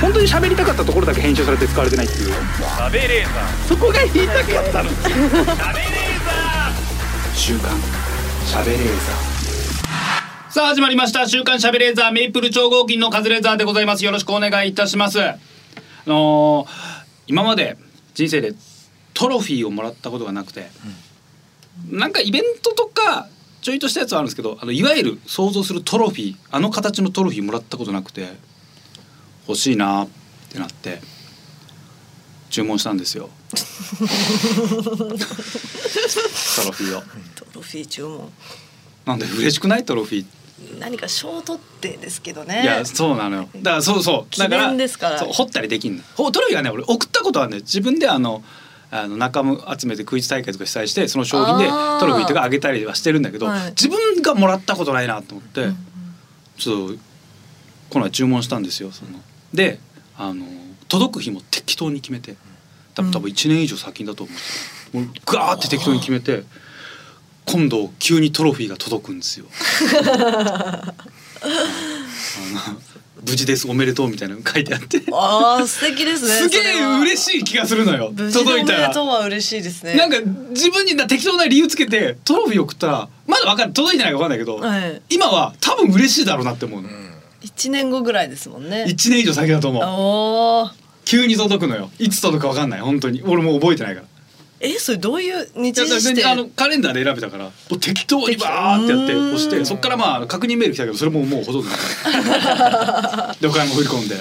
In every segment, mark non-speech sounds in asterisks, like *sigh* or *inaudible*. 本当に喋りたかったところだけ編集されて使われてないっていう食べレーザそこが言いたかったのー食べレー週刊喋れーザーさあ始まりました週刊しゃべレーザーメイプル超合金のカズレーザーでございますよろしくお願いいたしますあのー今まで人生でトロフィーをもらったことがなくて、なんかイベントとかちょいとしたやつはあるんですけどあのいわゆる想像するトロフィーあの形のトロフィーもらったことなくて欲しいなーってなって注文したん *laughs* ですよトロフィーを。トロフィー注文なんで嬉しくないトロフィー何か賞を取ってですけどねいやそうなのよだからそうそうだから記念ですからそう掘ったりできんのほトロフィーはね俺送ったことはね自分であのあの仲間集めてクイズ大会とか主催してその商品であートロフィーとかあげたりはしてるんだけど、はい自分がもらったことないなと思って、ちょっとこの前注文したんですよそのであの届く日も適当に決めて多分多分1年以上先だと思う,、もうガーって適当に決めて今度急にトロフィーが届くんですよ。あの無事ですおめでとうみたいなの書いてあってあー素敵ですねすげえしい嬉しい気がするのよ無事でおめ届いたでらとうは嬉しいですねなんか自分にな適当な理由つけてトロフィー送ったらまだわかん届いてないかわかんないけど、はい今は多分嬉しいだろうなって思うの、一年後ぐらいですもんね1年以上先だと思うおー急に届くのよいつ届くかわかんない本当に俺もう覚えてないからえそれどういうい日やだ時かしらてねあのカレンダーで選べたからもう適当にバーってやって適当押しうてんそっからまあ確認メール来たけどそれももうほとんどなか *laughs* ったでお金も振り込んで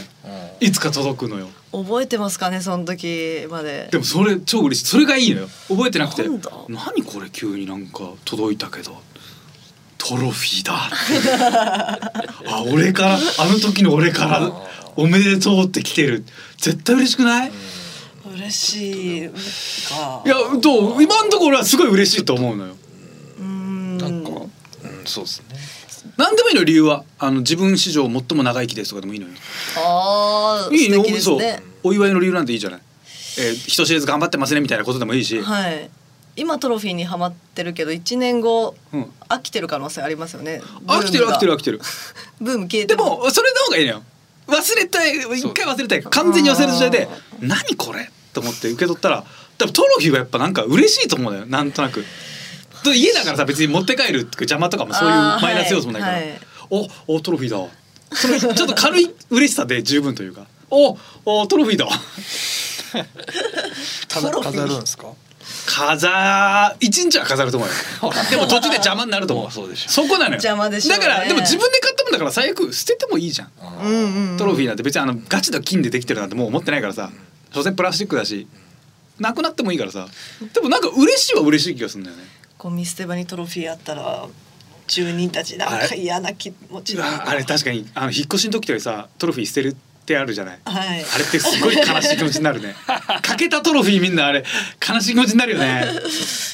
いつか届くのよ覚えてますかねその時まででもそれ超嬉しいそれがいいのよ覚えてなくてなんだ何これ急になんか届いたけどトロフィーだあ俺からあの時の俺からおめでとうって来てる絶対嬉しくない嬉しいかいやどう今んところ俺はすごい嬉しいと思うのようんなんか、うん、そうですね。何でもいいの理由はあの自分史上最も長生きですとかでもいいのよあーいいの素敵ですそうねお祝いの理由なんていいじゃない、えー、人知れず頑張ってますねみたいなことでもいいし、はい今トロフィーにはまってるけど一年後うん、飽きてる可能性ありますよね飽きてる飽きてる飽ききてるブーム消えてでももそれの方がいいのよ忘れたい一回忘れたい完全に忘れた状態で「何これ?」と思って受け取ったら多分トロフィーはやっぱなんか嬉しいと思うのよなんとなく。で家だからさ別に持って帰るっていう邪魔とかもそういうあーマイナス要素もないから「はいはいおおトロフィーだわ」それちょっと軽い嬉しさで十分というか「おおトロフィーだわ」飾飾るんですか。飾一日は飾ると思う *laughs* よでも途中で邪魔になると思うそうでしょそこなのよ邪魔でしょうねだからでも自分で買ったもんだから最悪捨ててもいいじゃん、うんうんうんトロフィーなんて別にあのガチの金でできてるなんてもう思ってないからさ所詮プラスチックだしなくなってもいいからさでもなんか嬉しいは嬉しい気がするんだよねゴミ捨て場にトロフィーあったら住人たちなんか嫌な気持ちうにわあれ確かにあの引っ越しの時とかにさトロフィー捨てるってあるじゃない、はいあれってすごい悲しい気持ちになる *laughs* ねかけたトロフィーみんなあれ悲しい気持ちになるよね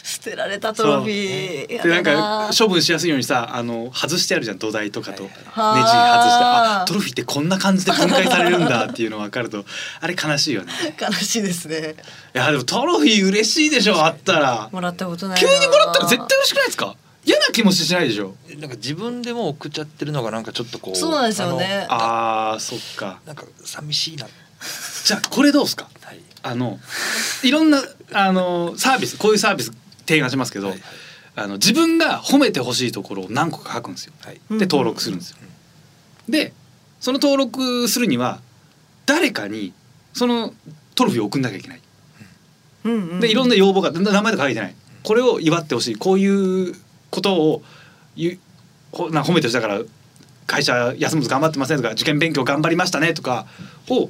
捨てられたトロフィーやでなんだかな処分しやすいようにさあの外してあるじゃん土台とかとネジ外してはいあはートロフィーってこんな感じで分解されるんだっていうの分か *laughs* るとあれ悲しいよね悲しいですねいやでもトロフィー嬉しいでしょあったらもらったことない急なにもらったら絶対嬉しくないですか嫌な気持ちしないでしょなんか自分でも送っちゃってるのがなんかちょっとこう。そうなんですよねあのあーそっかなんか寂しいな。じゃあこれどうですかはい。あのいろんなあのサービスこういうサービス提案しますけど、はいあの自分が褒めてほしいところを何個か書くんですよはい。で登録するんですよう。でその登録するには誰かにそのトロフィーを送んなきゃいけない。うんうんでいろんな要望がな名前とか書いてない。これを祝ってほしいこういうことをゆほな褒めてほしいだから会社休むず頑張ってませんとか受験勉強頑張りましたねとかを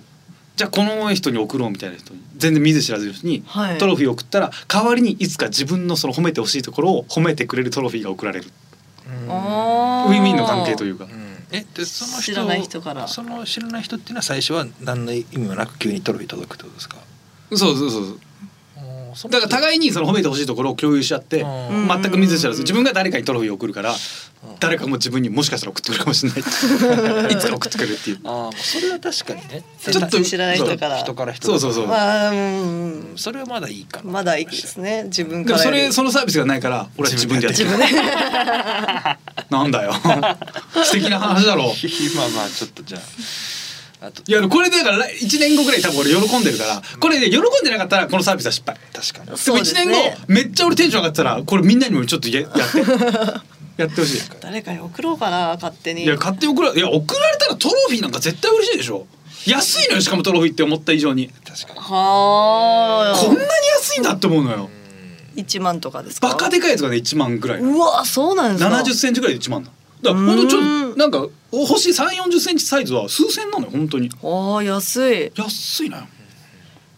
じゃあこの人に送ろうみたいな人に全然見ず知らずの人にはいトロフィーを送ったら代わりにいつか自分のその褒めてほしいところを褒めてくれるトロフィーが送られるうんウあーィンウィンの関係というかう。んえでその人知らない人からその知らない人っていうのは最初は何の意味もなく急にトロフィー届くってことですかそうそうそうそうだからい互いにその褒めてほしいところを共有し合ってうん全く見ず知らうずん自分が誰かにトロフィーを送るから誰かも自分にもしかしたら送ってくるかもしれないいつか送ってくるっていうあーもうそれは確かにねちょっと知らない人から人から人そうそうそううまあうんそれはまだいいかなまだいいですね自分でからもそよりれそのサービスがないから俺は自分でやってるなんだよ *laughs* 素敵な話だろうまあまあちょっとじゃああといやこれだから1年後ぐらい多分俺喜んでるからこれで喜んでなかったらこのサービスは失敗確かにでも1年後めっちゃ俺テンション上がってたらこれみんなにもちょっとややってやってほしい誰かに送ろうかな勝手にいや買って送らいや送られたらトロフィーなんか絶対嬉しいでしょ安いのよしかもトロフィーって思った以上に確かはこんなにあ安いんだって思うのよ一万とかですかバカでかいやつがね1万ぐらいうわそうなんですか7 0センチぐらいで1万なのだからほんとちょうっーとなんかお星3 4 0センチサイズは数千なのよ本当にああ安い安いなよ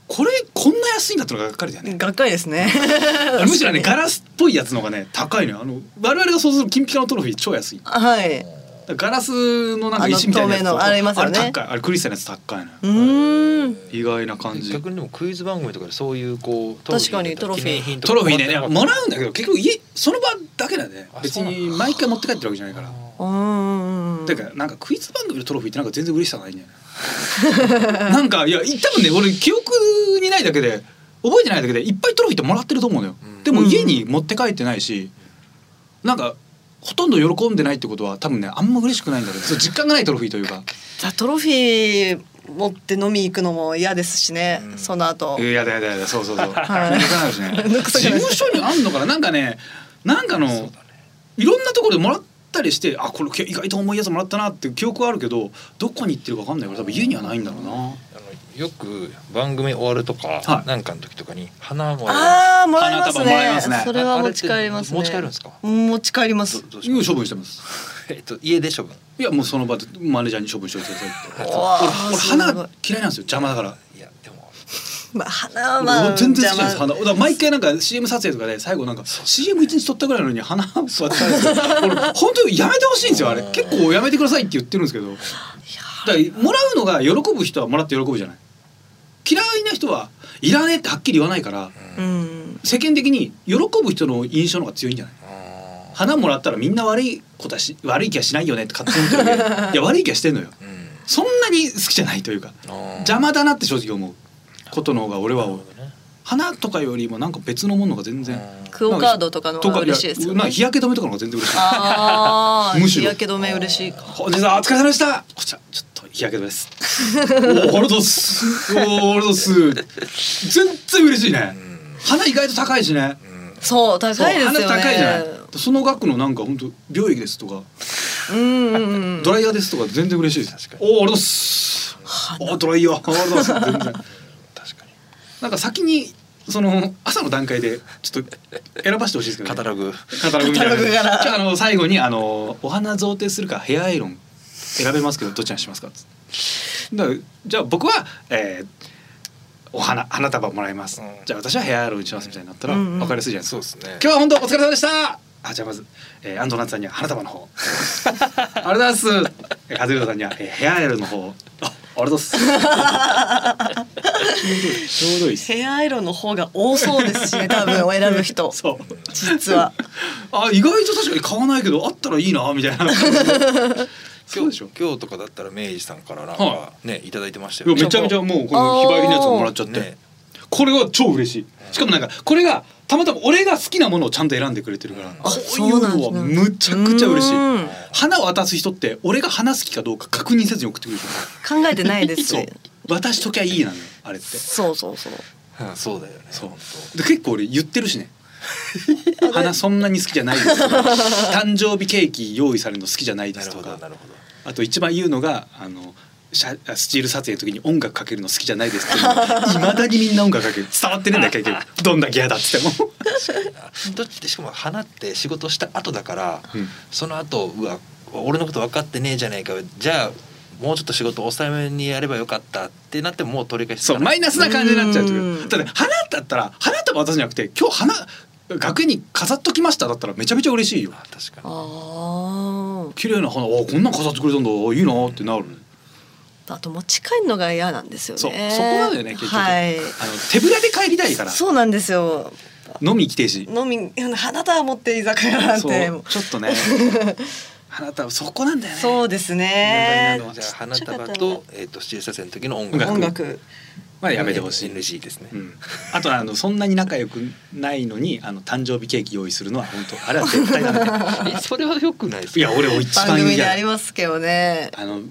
これこんな安いんだってのががっかりだよねがっかりですねあむしろねガラスっぽいやつのがね高いのよあの我々が想像する金ピカのトロフィー超安いだかはいらガラスのなんか石みたいなやつあの透明のあれありますよねあれ高いあれクリスタルのやつ高いのようーん意外な感にじ逆にでもクイズ番組とかでそういうこう確かにトロフィー記念品とトかロフィーねいなやかったもらうんだけど結局家その場だけなんであ別そうなんだに毎回持って帰ってるわけじゃないからうんうんうんてかなんかクイズ番組のトロフィーってなんか全然嬉しさないね *laughs* なんかいや多分ね俺記憶にないだけで覚えてないだけでいっぱいトロフィーってもらってると思うのよ、うんでも家に持って帰ってないしなんかほとんど喜んでないってことは多分ねあんま嬉しくないんだけどそう実感がないトロフィーというかさトロフィー持って飲み行くのも嫌ですしね、うんその後い *laughs* やだやだやだそうそう *laughs* そう抜かはいない *laughs* しね抜く事とこない務所にあんのかななんかねなんかの、いろんなところでもらったりしてあこれ意外と重いやつもらったなっていう記憶はあるけどどこに行ってるか分かんないから多分家にはないんだろうな。あのよく番組終わるとか、はいなんかの時とかに花もああもらいますね花束もらいますねそれは持ち帰りますねあれって持ち帰るんですか持ち帰りまどすどうしいうます処分してます。えっと家で処分いやもうその場でマネージャーに処分してくださいって。う俺わー俺すごい花嫌いなんですよ邪魔だから。いやでもまあ花は、ま俺あ、全然好きなんです邪花。魔だから毎回なんか CM 撮影とかで最後なんか CM 一日撮ったぐらいなのに花を座ってたんですよ。俺本当にやめてほしいんですよあれ。結構やめてくださいって言ってるんですけど。だからもらうのが喜ぶ人はもらって喜ぶじゃない。嫌いな人はいらねえってはっきり言わないから。うん世間的に喜ぶ人の印象の方が強いんじゃないあ花もらったらみんな悪いことはし悪い気はしないよねって勝手に思って *laughs* るけどいや悪い気はしてんのよーうんそんなに好きじゃないというか邪魔だなって正直思うことの方が俺は多い花とかよりもなんか別のものが全然クオカードとかの方が嬉しいですよとかやなんねか日焼け止めとかの方が全然嬉しいああむしろ日焼け止め嬉しいか本日はお疲れ様でしたこちらちょっと日焼け止めですおおありがとうございますおーありがとうございます全然嬉しいね花意外と高いしねそう高いですよねそう花高いじゃないその額のなんか本当美容液ですとかうんうんうんドライヤーですとか全然嬉しいです。確かおお、ありがとうございます。おドライヤー、ありがとうございます。全然。確かになんか先に、その朝の段階で、ちょっと選ばしてほしいですけど、カタね。ログカタログみカたいな。タログからじゃあ、あの、最後に、あの、お花贈呈するか、ヘアアイロン。選べますけど、どっちにしますか。つってだからじゃあ、僕は、えーお花、花束もらいます。うんじゃあ、私はヘアアイロンにしますみたいになったら、うわ、んうんかりやすいじゃないですか。すね今日は本当お疲れ様でした。あじゃあまず、えー、安藤夏さんには花束の方。ありがとうございます。えー和弘さんには、えー、ヘアアイロンの方。あありがとうございます。 *laughs* ちょうどいいです。ヘアアイロンの方が多そうですしね *laughs* 多分お選ぶ人 *laughs* そう。実はあ意外と確かに買わないけどあったらいいなみたい *laughs* な感じで。そう今でし日ょ。今日とかだったら明治さんからなはんかねいただいてましたいやよめちゃめちゃもうこの非売品のやつをもらっちゃって、ねこれは超嬉しいしかもなんかこれがたまたま俺が好きなものをちゃんと選んでくれてるからこういうのはむちゃくちゃ嬉しいうん花を渡す人って俺が花好きかどうか確認せずに送ってくるでし考えてないでょすそう渡しときゃいいなのよあれってそうそうそううんそうだよねそうで結構俺言ってるし *laughs* ね花そんなに好きじゃないですと *laughs* か誕生日ケーキ用意されるの好きじゃないでなするとほどなかるほどあと一番言うのがあのシャスチール撮影の時に音楽かけるの好きじゃないですっていうのいまだにみんな音楽かける伝わってねえんだけど *laughs* どんだけ嫌だっつっても *laughs* どっちでしかも花って仕事した後だから、うんその後うわ俺のこと分かってねえじゃないかじゃあもうちょっと仕事抑えめにやればよかったってなってもう取り返しそうマイナスな感じになっちゃうといううんだって花だったら花束渡すんじゃなくて今日花額に飾っときましただったらめちゃめちゃ嬉しいよあ確かにあ綺麗な花あこんなん飾ってくれたんだあいいなってなるねああと持ち帰るのが嫌なんですよねそうそこなんだよね結局、はいあの手ぶらで帰りたいからそうなんですよ飲み来てえし飲み花束持って居酒屋なんそてうちょっと *laughs* ね花束そこなんだよねそうですねじゃあ花束とえっ、と七撮影の時の音楽音楽まあやめてほしい、 NG ですね、うん、あとあのそんなに仲良くないのにあの誕生日ケーキ用意するのは本当あれは *laughs* 絶対ダメえそれはよくないですいや俺も一番番組で嫌ありますけどねあの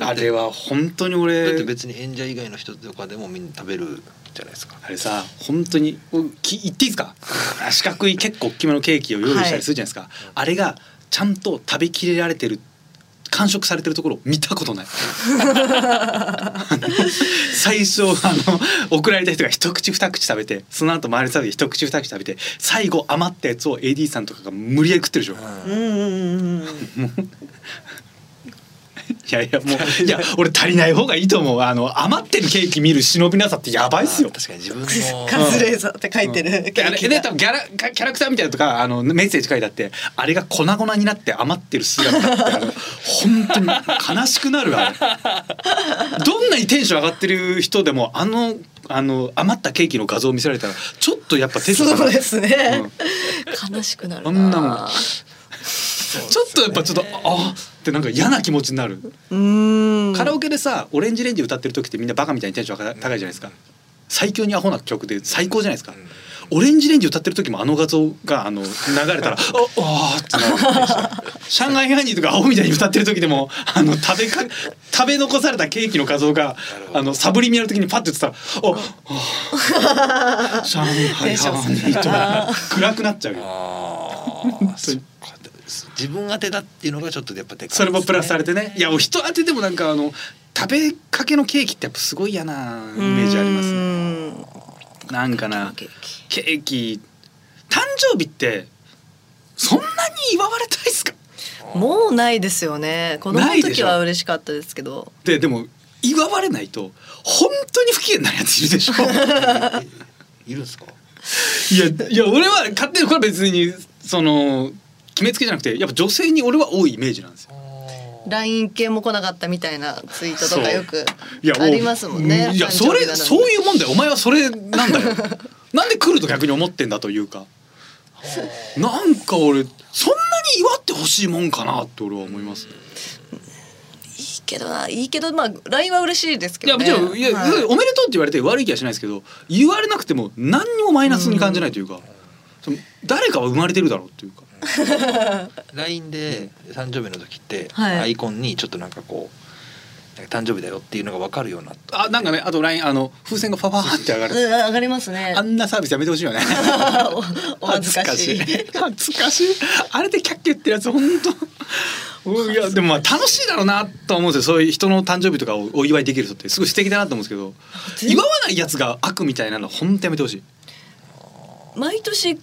あれは本当に俺だって別に演者以外の人とかでもみんな食べるじゃないですかあれさ本当にうき言っていいで *laughs* すかあ四角い結構大きめのケーキを用意したりするじゃないですか、あれがちゃんと食べきれられてる完食されてるところを見たこと *laughs* ないあの最初あの送られた人が一口二口食べてその後周りの人が一口二口食べて最後余ったやつを AD さんとかが無理やり食ってるでしょ、うんうんうんうん。いやいやも *laughs* ういや俺足りない方がいいと思うあの余ってるケーキ見る忍びなさってやばいっすよあー確かに自分のカズレーザーって書いてる。ケであーれキでが多分ギャラキャキャラクターみたいなのとかあのメッセージ書いてあってあれが粉々になって余ってる姿ってあの *laughs* 本当に悲しくなるあれどんなにテンション上がってる人でもあのあの余ったケーキの画像を見せられたらちょっとやっぱテンション下そがうるですね。悲しくなるなあんなもんちょっとやっぱちょっとあってなんか嫌な気持ちになる、うーん。カラオケでさ「オレンジレンジ」歌ってる時ってみんなバカみたいにテンション上が高いじゃないですか最強にアホな曲で最高じゃないですか、オレンジレンジ歌ってる時もあの画像があの流れ *laughs* たらああーってなる *laughs* 上海ハニーとか青みたいに歌ってる時でもあの食べか食べ残されたケーキの画像がるほどあのサブリミナル的にパッて言ってたらああー上海ハニーとか暗くなっちゃうよあーそっか自分当てだっていうのがちょっとやっぱでかいですそねれもプラスされてねいやもう人当てでもなんかあの食べかけのケーキってやっぱすごい嫌なイメージありますねね。なんかなケーキケーキ誕生日ってそんなに祝われたいですかもうないですよね子供ないのでし時ょは嬉しかったですけどででも祝われないと本当に不機嫌になるやついるで *laughs* しょ *laughs* いるんですかいやいや俺は勝手にこれは別にその決めつけじゃなくてやっぱ女性に俺は多いイメージなんですよ。 LINE 系も来なかったみたいなツイートとかよくいやもうありますもんねういやそれそういうもんだよお前はそれなんだよなんで来ると逆に思ってんだという *laughs* かなんか俺そんなに祝ってほしいもんかなって俺は思いますねいいけどないいけどまあ LINE は嬉しいですけいやもどねちろんいや、はいおめでとうって言われて悪い気はしないですけど言われなくても何にもマイナスに感じないというか、その誰かは生まれてるだろうっていうか LINE で誕生日の時ってはいアイコンにちょっとなんかこうなんか誕生日だよっていうのが分かるようになったあなんかねあと LINE あの風船がファファーって上がうるん上がりますねあんなサービスやめてほしいよね *laughs* おお恥ずかしい恥ずかしい恥ずかしいあれでキャッキャ言ってるやつ本当うんいやでもまあ楽しいだろうなとは思うんですよそういう人の誕生日とかをお祝いできる人ってすごい素敵だなと思うんですけど全然祝わないやつが悪みたいなのは本当やめてほしい毎年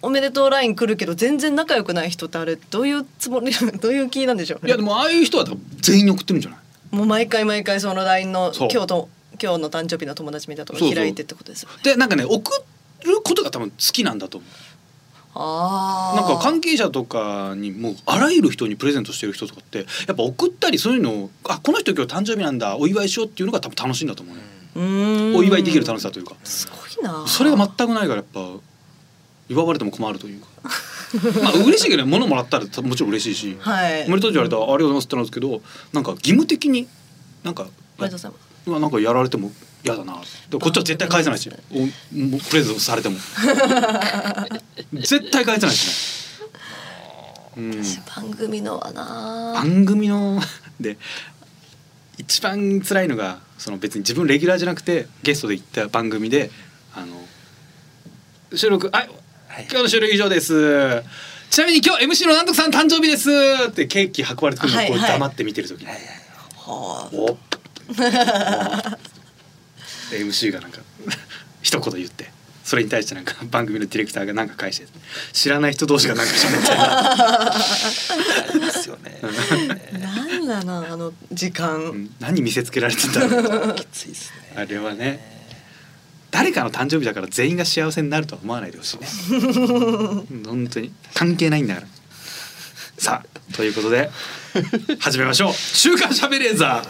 おめでとう LINE 来るけど全然仲良くない人ってあれどういうつもりどういう気なんでしょういやでねもああいう人は多分全員に送ってるんじゃないもう毎回毎回その LINE のそう今日と今日の誕生日の友達みたいなとこそうそう開いてってことですよねでなんかね送ることが多分好きなんだと思うあなんーか関係者とかにもうあらゆる人にプレゼントしてる人とかってやっぱ送ったりそういうのをあこの人今日誕生日なんだお祝いしようっていうのが多分楽しいんだと思うね、うーんお祝いできる楽しさというかすごいなそれが全くないからやっぱ祝われても困るというか *laughs* まあ嬉しいけどね物もらったらもちろん嬉しいし、はいおめでとうって言われたらありがとうございますってなるんですけどなんか義務的になんかおめでとうございますうわなんかやられても嫌だなでもこっちは絶対返さないしおもうプレゼントされても絶対返さないしね、うん、番組のはな番組の *laughs* で一番辛いのがその別に自分レギュラーじゃなくてゲストで行った番組であの収録「あはい今日の収録以上です」ちなみに今日 MC のなんとかさん誕生日ですってケーキ運ばれてくるのをこうはいはい黙って見てる時に、はおお MC がなんか *laughs* 一言言ってそれに対してなんか番組のディレクターがなんか返して知らない人同士がなんか喋ってですよね。あなんだなあの時う間ん何見せつけられてんだろうきついですね。あれはね誰かの誕生日だから全員が幸せになるとは思わないでほしいねうん本当に関係ないんだからさあということで始めましょう「週刊しゃべレーザー」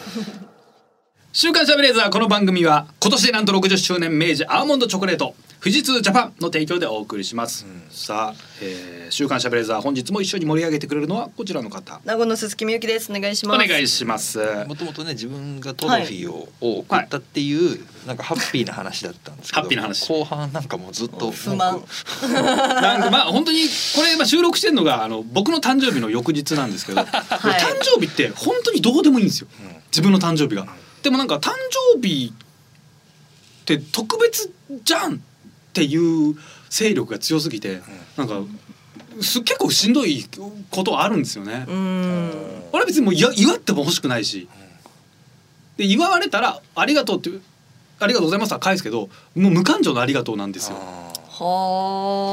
週刊しゃべレーザーこの番組は今年でなんと60周年明治アーモンドチョコレート富士通ジャパンの提供でお送りします、さあ、えー、週刊しゃべれーザー本日も一緒に盛り上げてくれるのはこちらの方名護の鈴木みゆきです。お願いしおます。願いしますもともとね自分がトロフィーを,、を送ったっていう、なんかハッピーな話だったんですけどハッピーな話後半なんかもうずっと不満なんかまあ本当にこれまあ収録してるのがあの僕の誕生日の翌日なんですけ *laughs* ど、俺誕生日って本当にどうでもいいんですよ、うん自分の誕生日が。でもなんか誕生日って特別じゃんっていう勢力が強すぎて、なんかす結構しんどいことあるんですよね。うーん。俺は別にもう祝祝っても欲しくないし、で祝われたら「ありがとう」って「ありがとうございます」は返すけどもう無感情の「ありがとう」なんですよ。あーは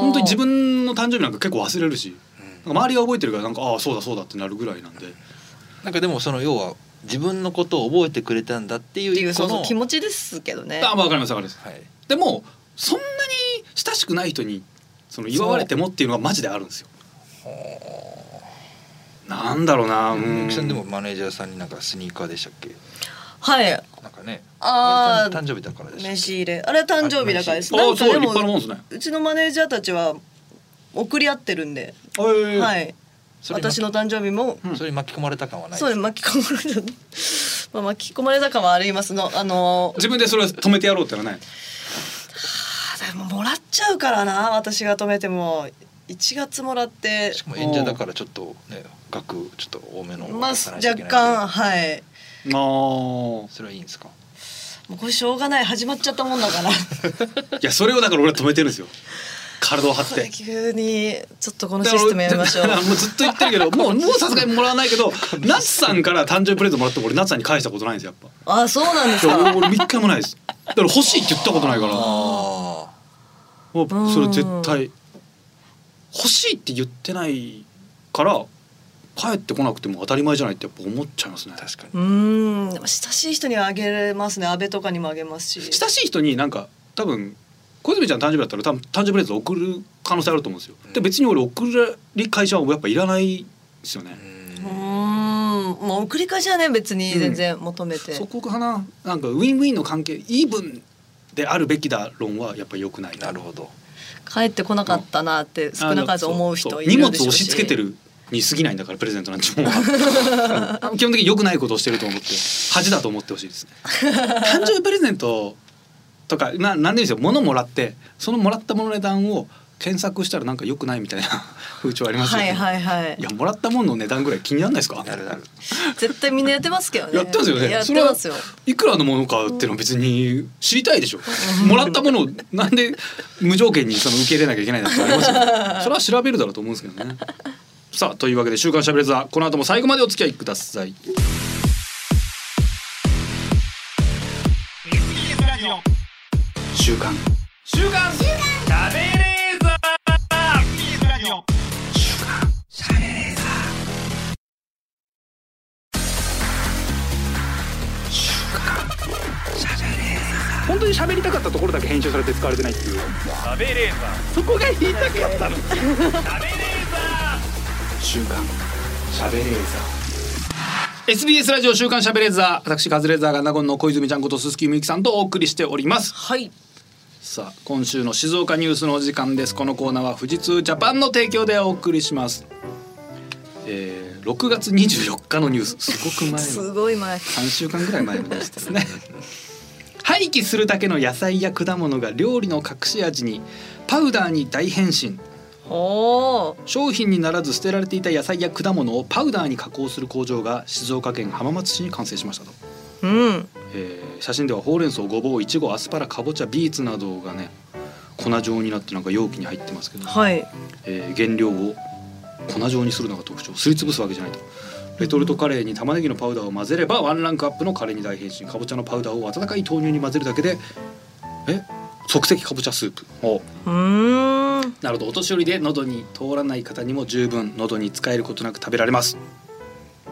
あ。本当に自分の誕生日なんか結構忘れるし、なんか周りが覚えてるからなんかああそうだそうだってなるぐらいなんで、なんかでもその要は自分のことを覚えてくれたんだっていうっていう一個そのの気持ちですけどね。ああわかりますわかります。はい、でもそんなに親しくない人にその祝われてもっていうのがマジであるんですよ。なんだろうな、うみゆん、きさんでもマネージャーさんになんかスニーカーでしたっけはい。なんかねあー誕生日だからでしたっ名け刺入れ。あれは誕生日だからです。あなあんそかう立で派なももんですね。うちのマネージャーたちは送り合ってるんで。ええはい。それに私の誕生日も。うんそれに巻き込まれた感はないそうです巻き込まれた。まあ巻き込まれた *laughs* 感はありますのあのー自分でそれを止めてやろうってのはない。あでももらっちゃうからな私が止めても1月もらってしかも演者だからちょっとね額ちょっと多めのをまあ出さないとい若けないんで干はあいそれはいいんですかもうこれしょうがない始まっちゃったもんだからあ。いやそれをだから俺は止めてるんですよ。体を張っこてれ。急にちょっとこのシステムやめましょうだからもうずっ *laughs* と言ってる *laughs* けど、もうもうさすがにもらわないけど、ナツさんから誕生日プレゼントもらっても俺ナツさんに返したことないんですよやっぱ。あそうなんですいやか俺俺一回もないです。だから欲しいって言ったことないから、もあうそれ絶対欲しいって言ってないから帰ってこなくても当たり前じゃないってやっぱ思っちゃいますねあ。確かうーんでも親しい人にはあげれますね安倍とかにもあげますし親しい人になんか多分小泉ちゃんの誕生日だったら多分誕生日プレゼント送る可能性あると思うんですよ。で別に俺送り会社はやっぱいらないですよね。にうーんもう送り返しはね別に全然求めて、そこかななんかウィンウィンの関係イーブンであるべきだ論はやっぱり良くないなるほど帰ってこなかったなって少なからず思うあ人のいそう荷る物でしょうし押し付けてるに過ぎないんだからプレゼントなんてものは *laughs* うん基本的に良くないことをしてると思って恥だと思ってほしいですね誕生日プレゼントとかな何でもいいですよ物もらってそのもらったものの値段を検索したらなんか良くないみたいな風潮ありますよはね、いはいはいいやもらったものの値段ぐらい気にならないですかなるなる絶対みんなやってますけどねやってますよねやってますよいくらのものかっていうのは別に知りたいでしょ。もらったものをなんで無条件にその受け入れなきゃいけないなんてありますよ、ね。それは調べるだろうと思うんですけどね。さあというわけで週刊しゃべれざこの後も最後までお付き合いください。週刊本当に喋りたかったところだけ編集されて使われてないっていう喋れーそこが言いたかったの喋れー週刊喋れー SBS ラジオ週刊しゃべれざ私カズレーザーが名古屋の小泉ちゃんこと鈴木みゆきさんとお送りしております。はいさあ今週の静岡ニュースのお時間ですこのコーナーは富士通ジャパンの提供でお送りします、えー、6月24日のニュースすごく前のすごい前3週間ぐらい前のニュースですね廃棄するだけの野菜や果物が料理の隠し味にパウダーに大変身おー商品にならず捨てられていた野菜や果物をパウダーに加工する工場が静岡県浜松市に完成しましたとうんえー写真ではほうれん草ごぼういちごアスパラかぼちゃビーツなどがね粉状になってなんか容器に入ってますけど、はいえー原料を粉状にするのが特徴すりつぶすわけじゃないとレトルトカレーに玉ねぎのパウダーを混ぜればワンランクアップのカレーに大変身かぼちゃのパウダーを温かい豆乳に混ぜるだけでえ即席かぼちゃスープおうーんなるほどお年寄りで喉に通らない方にも十分喉に使えることなく食べられます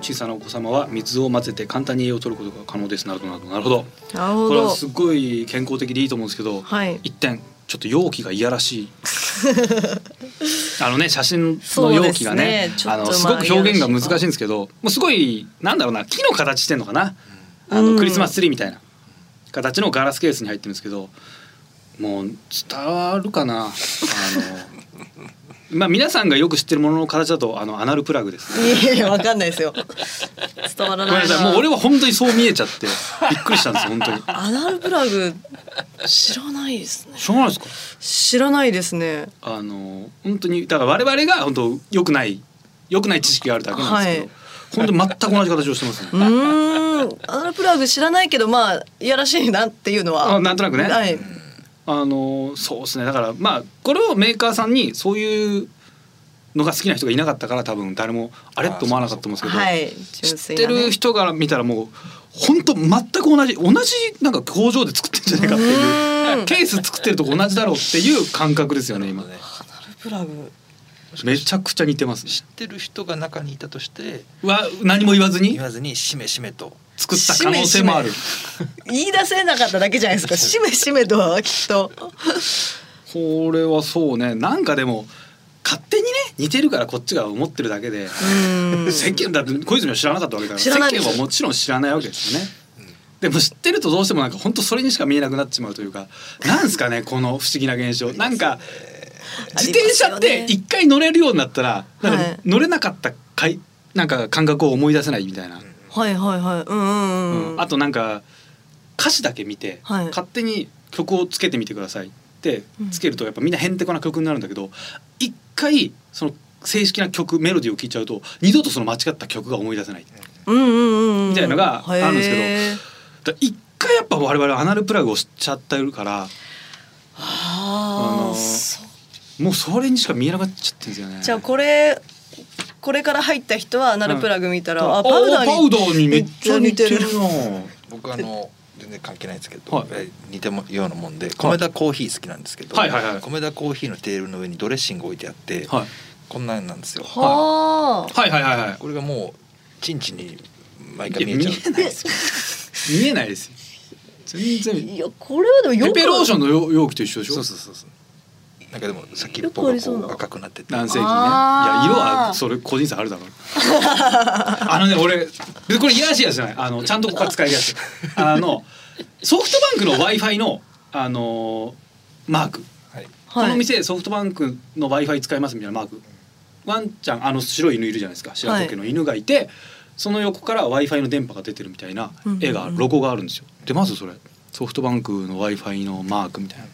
小さなお子様は水を混ぜて簡単に栄養を取ることが可能ですなるほどなるほどなるほどなるほこれはどすごい健康的でいいと思うんですけど、はい一点ちょっと容器がいやらし *laughs* いあのね写真そのうです容器ねがねちょっあとのまあすごく表現が難しいんですけどもうすごいなんだろうな木の形してんのかなあの、うんクリスマスツリーみたいな形のガラスケースに入ってるんですけどもう伝わるか *laughs* なあのまあ皆さんがよく知ってるものの形だとあのアナルプラグ *laughs* ですいやいやわかんないですよ。伝わらごめんなないさな。いもう俺は本当にそう見えちゃってびっくりしたんです本当にアナルプラグ *laughs* 知らないですね。しょうがないですか知らないですね。あの本当にだから我々が本当良くない良くない知識があるだけなんですけど、本当に全く同じ形をしてますねうーん。アナルプラグ知らないけどまあいやらしいなっていうのは。あなんとなくねはい。あのそうですねだからまあこれをメーカーさんにそういうのが好きな人がいなかったから多分誰もあれあーと思わなかったと思うんですけど、はい。知純っ粋てなねる人から見たらもう本当全く同じ同じなんか工場で作ってんじゃないかっていううんケース作ってるとこ同じだろうっていう感覚ですよね今ねアナルプラグ。めちゃくちゃ似てますね知ってる人が中にいたとしてわ何も言わずに言わずにしめしめと作った可能性もあるし言い出せなかっただけじゃないですか。しめしめとはきっと。これはそうねなんかでも勝手にね似てるからこっちが思ってるだけでうーん。世間だって小泉は知らなかったわけだから知らないで世す間はもちろん知らないわけですよね。でも知ってるとどうしてもなんか本当それにしか見えなくなっちまうというかなんですかねこの不思議な現象なんか自転車っありてますよね一回乗れるようになったらなんはかい乗れなかったかいなんか感覚を思い出せないみたいな、はいはいはい。うんうんうん。あとなんか歌詞だけ見て、はい勝手に曲をつけてみてくださいってうんつけるとやっぱみんなへんてこな曲になるんだけど一回その正式な曲メロディーを聴いちゃうと二度とその間違った曲が思い出せない。うんうんうんうん。みたいのがあるんですけどへだーから一回やっぱ我々アナルプラグをしちゃってるからああのあ。ーそうもうそれにしか見えなくなっちゃってるんですよねじゃあこれこれから入った人はアナルプラグ見たら、あパウダーにパウダーにめっちゃ似てるなめっちゃ僕あの全然関係ないんですけど、はいえー似てもようなもんで米田コーヒー好きなんですけど、はいはいはい米田コーヒーのテーブルの上にドレッシング置いてあって、はいこんなんなんですよ。はあはいはいはいはこれがもうチンチンに毎い回い見やえ見えちゃう。ないですよ見えないですよ全然いやこれはでもよペくペローションの容容器と一緒でしょそうそうそうそう。なんかでも先っぽがよくありこそううな赤くなってて。男性器ねいやあー色はそれ個人差ある *laughs* だろうあのね俺これいやらしいやつじゃないあのちゃんとここは使えるやつあのソフトバンクの w i f i のあのーマークはい。はいこの店ソフトバンクの w i f i 使いますみたいなマークワンちゃんあの白い犬いるじゃないですか白子家の犬がいて、その横から w i f i の電波が出てるみたいな絵が、うんうんうんロゴがあるんですよでまずそれソフトバンクの w i f i のマークみたいな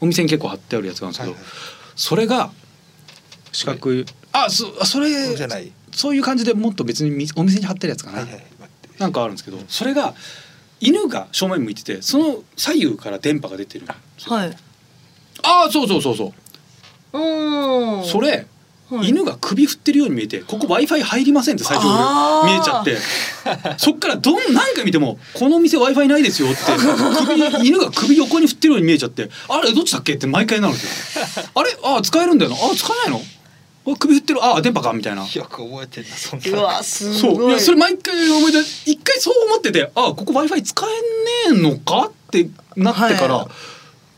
お店に結構貼ってあるやつがあるんですけど、はいはいそれが四角いあそあそれじゃない。そういう感じでもっと別にみお店に貼ってるやつかな、はいはい。待ってなんかあるんですけどそれが犬が正面向いててその左右から電波が出てるはいはいああそうそうそうそううーんそれ、はい犬が首振ってるように見えてここ w i f i 入りませんって最初あー俺見えちゃって *laughs* そっからどん何回見ても「このお店 w i f i ないですよ」って首犬が首横に振ってるように見えちゃって「あれどっちだっけ?」って毎回なるんですよ。 *laughs* あれあー使えるんだよなあー使えないのあれ首振ってるあー電波かみたいな。よく覚えてんなそんうな。わすそごいういやそれ毎回思い出一回そう思っててあーここ w i f i 使えねえのかってなってから、はい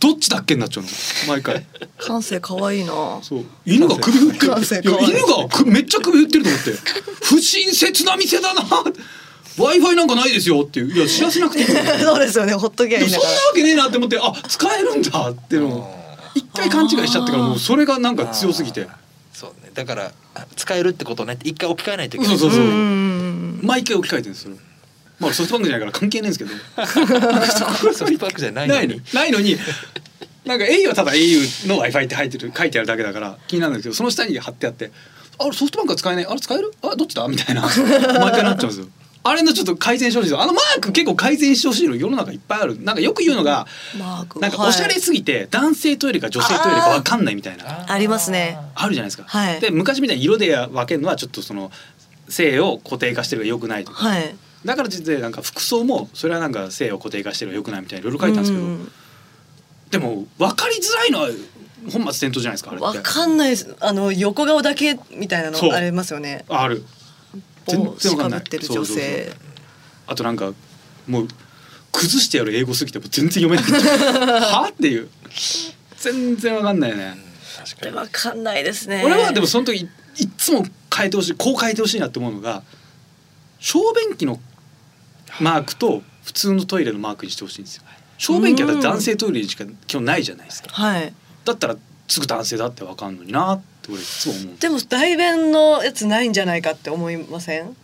どっちだっけになっちゃうの毎回。感性可愛 *laughs* いなそう犬が首振ってる感性いや感性犬がくめっちゃ首振ってると *laughs* 思って不親切な店だな w i f i なんかないですよっていういや知らせなくていいのにそうですよねほっときゃでいもそいんだんかなわけねえなって思ってあ使えるんだっていうのを一回勘違いしちゃってからもうそれがなんか強すぎてあー。そうね。だからあ使えるってことねって一回置き換えないといけそ。ないうそうらそううんうんうん毎回置き換えてるんですよまあソフトバンクじゃないから関係ないんですけど *laughs* ソフトバンクじゃないのないのにに。ないのになんか au はただ au の w i f i って入ってる書いてあるだけだから気になるんですけどその下に貼ってあって「あれソフトバンクは使えないあれ使えるあどっちだ?」みたいな毎回なっちゃうんですよ。あれのちょっと改善してほしいですあのマーク結構改善してほしいの世の中いっぱいあるなんかよく言うのがマークなんかおしゃれすぎて男性トイレか女性トイレか分かんないみたいなあーありますねあるじゃないですか。はいで昔みたいに色で分けるのはちょっとその性を固定化してるが良くないとかはいはいだから実はなんか服装もそれはなんか性を固定化してるが良くないみたいないろいろ書いてあるんですけど、でも分かりづらいのは本末転倒じゃないですかあれわってかんないですあの横顔だけみたいなそうのありますよねある全帽然わ子かかんなぶいってる女そう性そうあとなんかもう崩してやる英語すぎてもう全然読めないはっていう全然わかんないね確こかれに。わかんないですね俺はでもその時いっつも変えてほしいこう変えてほしいなって思うのが小便器のマークと普通のトイレのマークにしてほしいんですよ小便器だったら男性トイレしか基本ないじゃないですかはい。だったらすぐ男性だってわかんのになって俺いつも思うでも代弁のやつないんじゃないかって思いません？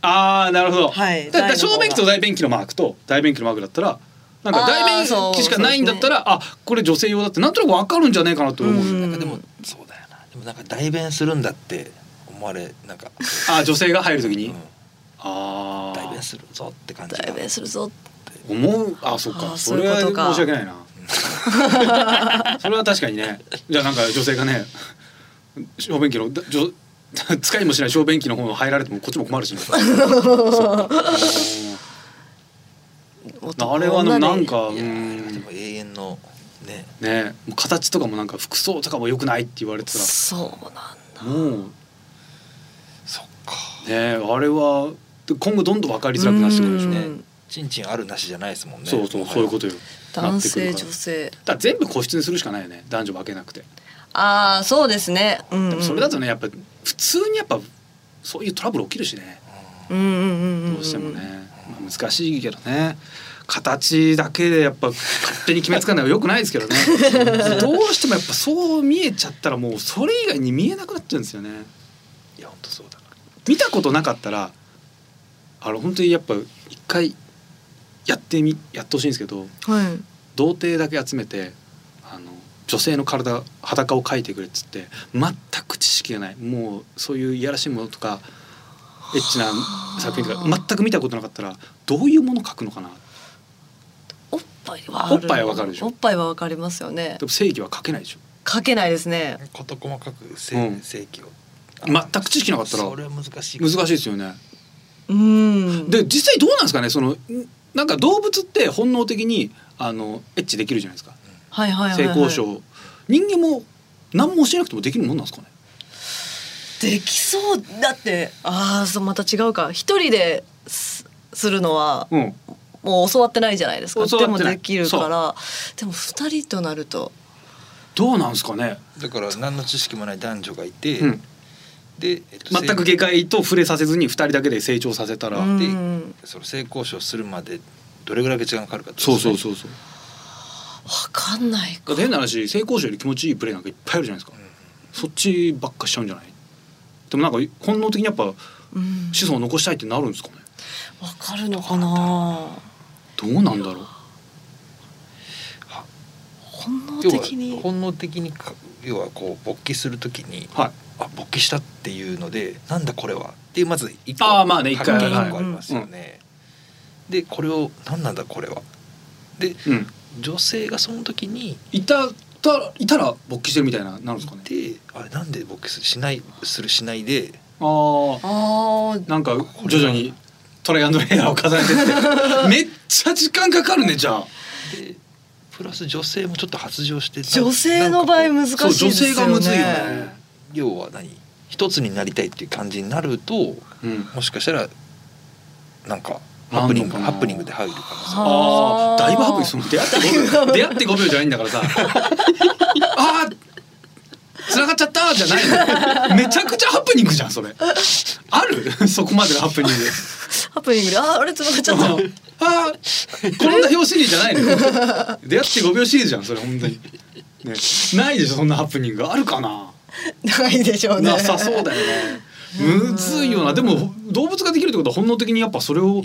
ああなるほど、はいだだから台小の方が便器と大便器のマークと大便器のマークだったらなんかあー大便そう器しかないんだったらあ,、これ女性用だってなんとなくわかるんじゃないかなと思う、うんなんかでもそうだよなでもなんか代弁するんだって思われなんか、あー女性が入るときうに、んああ代弁するぞって感じが代弁するぞ。思うあそっあかーそれはそ申ういうことかし訳ないなそれは確かにねじゃあなんか女性がね小便器のだ女 *laughs* 使いもしない小便器の方入られてもこっちも困 *laughs* るしねそっかあーあれはでもなんかういやーでんも永遠のねねもう形とかもなんか服装とかも良くないって言われてたそうなんだ。らもうそっかねあれはで今後どんどん分かりづらくなってくるでしょううねんちんちんあるなしじゃないですもんねそうそうそういうことよな男性ってくるから女性。だから全部個室にするしかないよね男女分けなくてああそうですね。うん、でうもん。それだとねやっぱ普通にやっぱそういうトラブル起きるしねうんうんうんうん。どうしてもね、まあ、難しいけどね形だけでやっぱ勝手に決めつかないのはよくないですけど *laughs* ねどうしてもやっぱそう見えちゃったらもうそれ以外に見えなくなっちゃうんですよねいや本当そうだな見たことなかったらあの本当にやっぱ一回やってみやってほしいんですけどはい。童貞だけ集めてあの女性の体裸を描いてくれっつって全く知識がないもうそういういやらしいものとかエッチな作品とか全く見たことなかったらどういうもの描くのかなおっぱいはあるおっぱいはわかるでしょおっぱいはわかりますよねでも正義は描けないでしょ書けないですね事細かく正うん正規を全く知識なかったらそれは難しい難しいですよね。うんで実際どうなんですかねそのんなんか動物って本能的にあのエッチできるじゃないですかはいはいはい、性はい、交渉人間も何も教えなくてもできるもんなんですかねできそうだってああそうまた違うか一人ですするのはうんもう教わってないじゃないですか教わでってなもいできるからでも二人となるとどうなんですかね、だから何の知識もない男女がいて、うん、で、えっと全く性下界と触れさせずに2人だけで成長させたら、うんでわその性交渉するまでどれぐらい時間がかかるかってことそうですそねうそうそうかんないだかって変な話性交渉より気持ちいいプレーなんかいっぱいあるじゃないですか、そっちばっかしちゃうんじゃないでもなんか本能的にやっぱうん子孫を残したいってなるんですかねわかるのかなどうなんだろう本能要的はに本能的にか要はこう勃起するときにはいあ勃起したっていうのでなんだこれはっていうまず一個あーまあね一回発見はい一個ありますよね。でこれを何なんだこれは。でうん女性がその時にいたたいたら勃起してるみたいななるんですかねであれなんで勃起するしないするしないであああなんか徐々にトライアンドエラーを重ね *laughs* てってめっちゃ時間かかるねじゃあでプラス女性もちょっと発情して女性の場合なんかこ難しいですよねそう女性がむずいよねう要は何一つになりたいっていう感じになるとうんもしかしたらなんかなハんのかなプニングハプニングで入る可能性もあああーだいぶハグですもん出会って5秒出会って5秒じゃないんだから *laughs* さああ繋がっちゃったじゃないのめちゃくちゃハプニングじゃんそれあるそこまでのハプニングハプニングであーあれつまっちゃったああ転んだ拍子にじゃないの出会って5秒シリーズじゃんそれ本当に、ね、ないでしょそんなハプニングあるかなないでしょうねなさそうだよねむずいよなでも動物ができるってことは本能的にやっぱそれを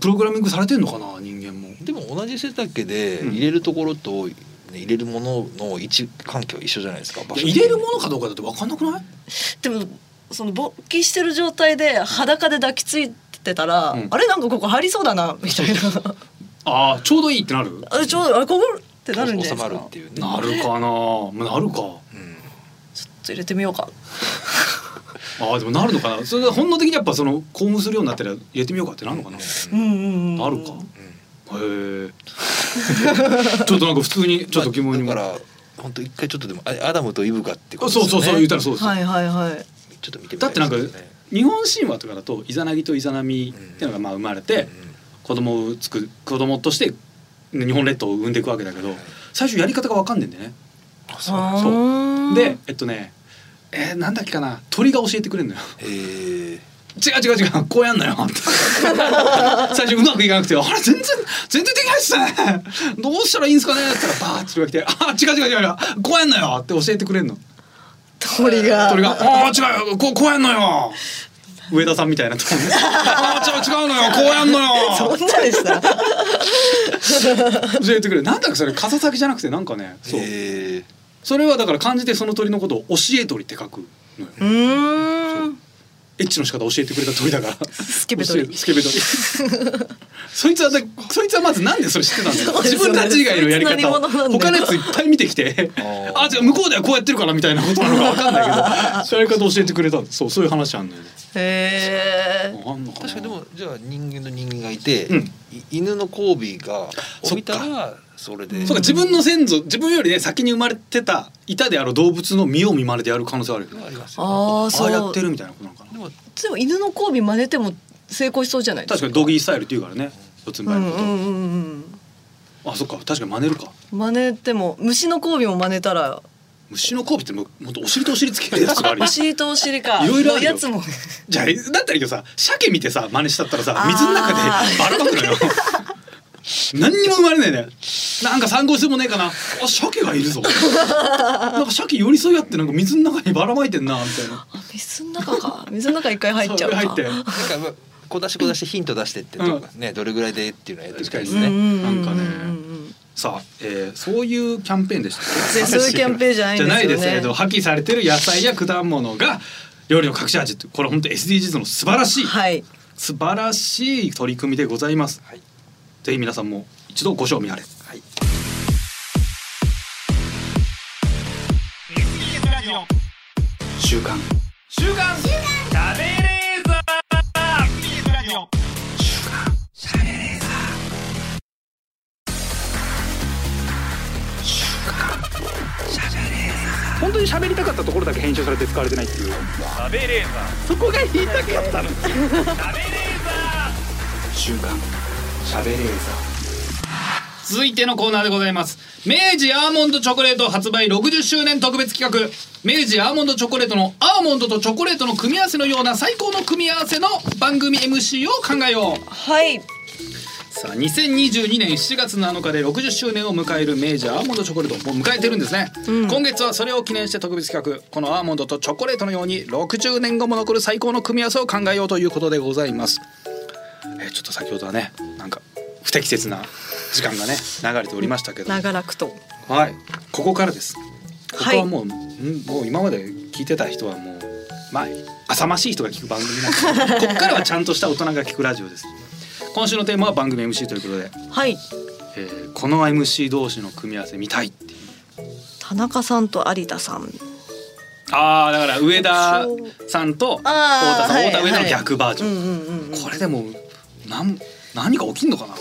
プログラミングされてんのかな人間もでも同じ背丈でうん入れるところと、ね入れるものの位置関係は一緒じゃないですか場い所や入れるものかどうかだって分かんなくないでもその勃起してる状態で裸で抱きついてたら、うんあれなんかここ入りそうだなみたいなああちょうどいいってなるあれちょうどあれここってなるんじゃ収なまいでするっかていうねなるかななるかうんちょっと入れてみようかああでもなるのかなそれで本能的にやっぱその興奮するようになったら入れてみようかってなるのかなうんうんうんなるかうへんえ *laughs* ちょっとなんか普通にちょっと疑問にもだから本当一回ちょっとでもあアダムとイブがってこあとそうそうそう言ったらそうですよはいはいはいちょっと見てみただっいてなんかですよね日本神話とかだとイザナギとイザナミっていうのがまあ生まれて子供をつく子供として日本列島を生んでいくわけだけど最初やり方が分かんねえんだよねあそうなんあですそうーでえっとねえーなんだっけかな鳥が教えてくれるのよへ違えう違う違うこ *laughs* うやんのよ」って最初うまくいかなくて「あれ全然全然できないっすねどうしたらいいんですかね」って言ったらバーッて来て「あ違う違う違う違うこうやんのよ」って教えてくれんの鳥が鳥が「ああ違うよこうこうやんのよ」上田さんみたいなとこね「ああ違う違うのよこうやんのよ」そんなでした。教えてくれるなんだかそれ笠先じゃなくてなんかねそう、えそれはだから漢字でその鳥のことを教え鳥って書くのようーん。エッチの仕方を教えてくれた鳥だからスケベ鳥スケベ鳥 *laughs* そいつはだそいつはまずなんでそれ知ってたんだよそうです自よね分たち以外のやりそいつ何方を者なんだよ他のやついっぱい見てきてあーあじゃあ向こうではこうやってるからみたいなことなのかわかんない *laughs* けどそういうやり方を教えてくれたんだそうそういう話あんのよねへえ。あんのかな確かにでもじゃあ人間の人間がいて、うんい犬の交尾がを見たらそれでそうか自分の先祖自分よりね先に生まれてたいたである動物の見よう見まねでやる可能性あるよねありますよああ、あそあう。やってるみたいなことなのかなでもでも犬の交尾真似ても成功しそうじゃないで確すか。かにドギースタイルって言うからね四つんう這いのんこうんうんうん。と、あそっか確かに真似るか真似ても虫の交尾も真似たら虫の交尾ってもうもっとお尻とお尻つけるやつがあるよお尻とお尻か。いろいろあるよのやつも。じゃあだったらいいけどさ鮭見てさ真似したったらさ水の中であばらまくの *laughs* よ何にも生まれないねなんか参考してもねえかなあ鮭がいるぞなんか鮭寄り添い合ってなんか水の中にばらまいてんなみたいなあ水の中か。 *laughs* 水の中一回入っちゃうそか。れ入ってうなんかまあ小出し小出しヒント出してってとか、ねどれぐらいでっていうのはやってみたいですんうね。んうんなうんかねんさあ、えーそういうキャンペーンでしたでそういうキャンペーンじゃないんでじゃないですよねすけど破棄されてる野菜や果物が料理の隠し味ってこれ本当 SDGs の素晴らしい、うん。はい。素晴らしい取り組みでございます、はいぜひ皆さんも一度ご賞味あれはい週刊本当に喋りたかったところだけ編集されて使われてないっていう週刊喋れー続いてのコーナーでございます明治アーモンドチョコレート発売60周年特別企画明治アーモンドチョコレートのアーモンドとチョコレートの組み合わせのような最高の組み合わせの番組 MC を考えようはい。さあ2022年7月7日で60周年を迎える明治アーモンドチョコレートもう迎えてるんですね、今月はそれを記念して特別企画このアーモンドとチョコレートのように60年後も残る最高の組み合わせを考えようということでございますえーちょっと先ほどはねなんか不適切な時間がね流れておりましたけど長らくと。はいここからですここははいもう、んもう今まで聞いてた人はもうまあ浅ましい人が聞く番組なん *laughs* ですここからはちゃんとした大人が聞くラジオです今週のテーマは番組 MC ということではい。えーこの MC 同士の組み合わせ見たいっていう田中さんと有田さん。ああだから上田さんと太田あーさんはい太田上田の逆バージうョんン、うんうんうん。これでもなん何が起きんのかな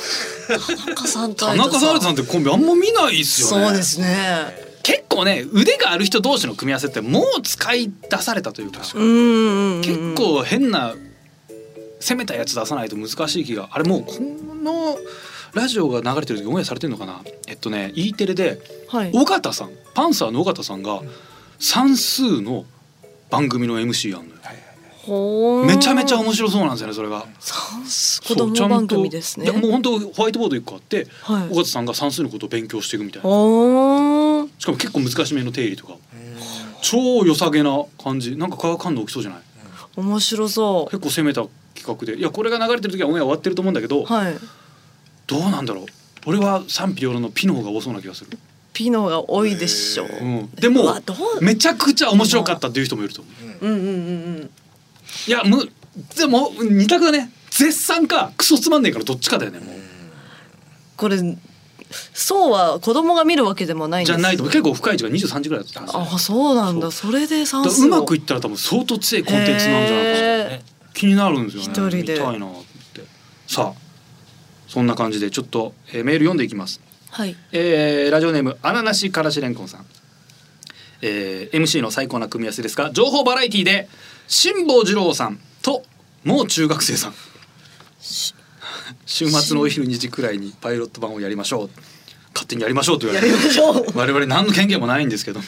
田中さんと田中さん有田さんってコンビあんま見ないっすよねそうですね。結構ね腕がある人同士の組み合わせってもう使い出されたというかうんうんうん。結。構変な攻めたやつ出さないと難しい気があれもうこのラジオが流れてる時オンエアされてるのかなえっとね E テレではい。尾形さんパンサーの尾形さんが算数の番組の MC やんのよほーめちゃめちゃ面白そうなんですよねそれが算数そ子う供ちゃんと番組ですねいや。もう本当ホワイトボード一個あってはい尾形さんが算数のことを勉強していくみたいなおーしかも結構難しめの定理とか超良さげな感じなんか化学反応起きそうじゃない面白そ結構攻めた企画でいやこれが流れてる時はオンエア終わってると思うんだけどう。はい。どうなんだろう俺は賛否両論のピの方が多そうな気がする、ピノが多いでしょう。うん、でもうわどうめちゃくちゃ面白かったっていう人もいると思ううんうんうんいやむでも二択だね絶賛かクソつまんねえからどっちかだよねもうこれそうは子供が見るわけでもないんじですゃないと思う結構深い時が23時ぐらいだったんですよあそうなんだそれで算数だからうまくいっったら多分相当強いコンテンツなんじゃないかな気になるんですよね一人で見たいなってさあそんな感じでちょっと、えーメール読んでいきますはいえーラジオネームアナナシからしれんこんさん、えー MC の最高な組み合わせですが情報バラエティで辛坊治郎さんともう中学生さん週末のお昼2時くらいにパイロット版をやりましょう勝手にやりましょうと言われてやりましょう我々何の権限もないんですけども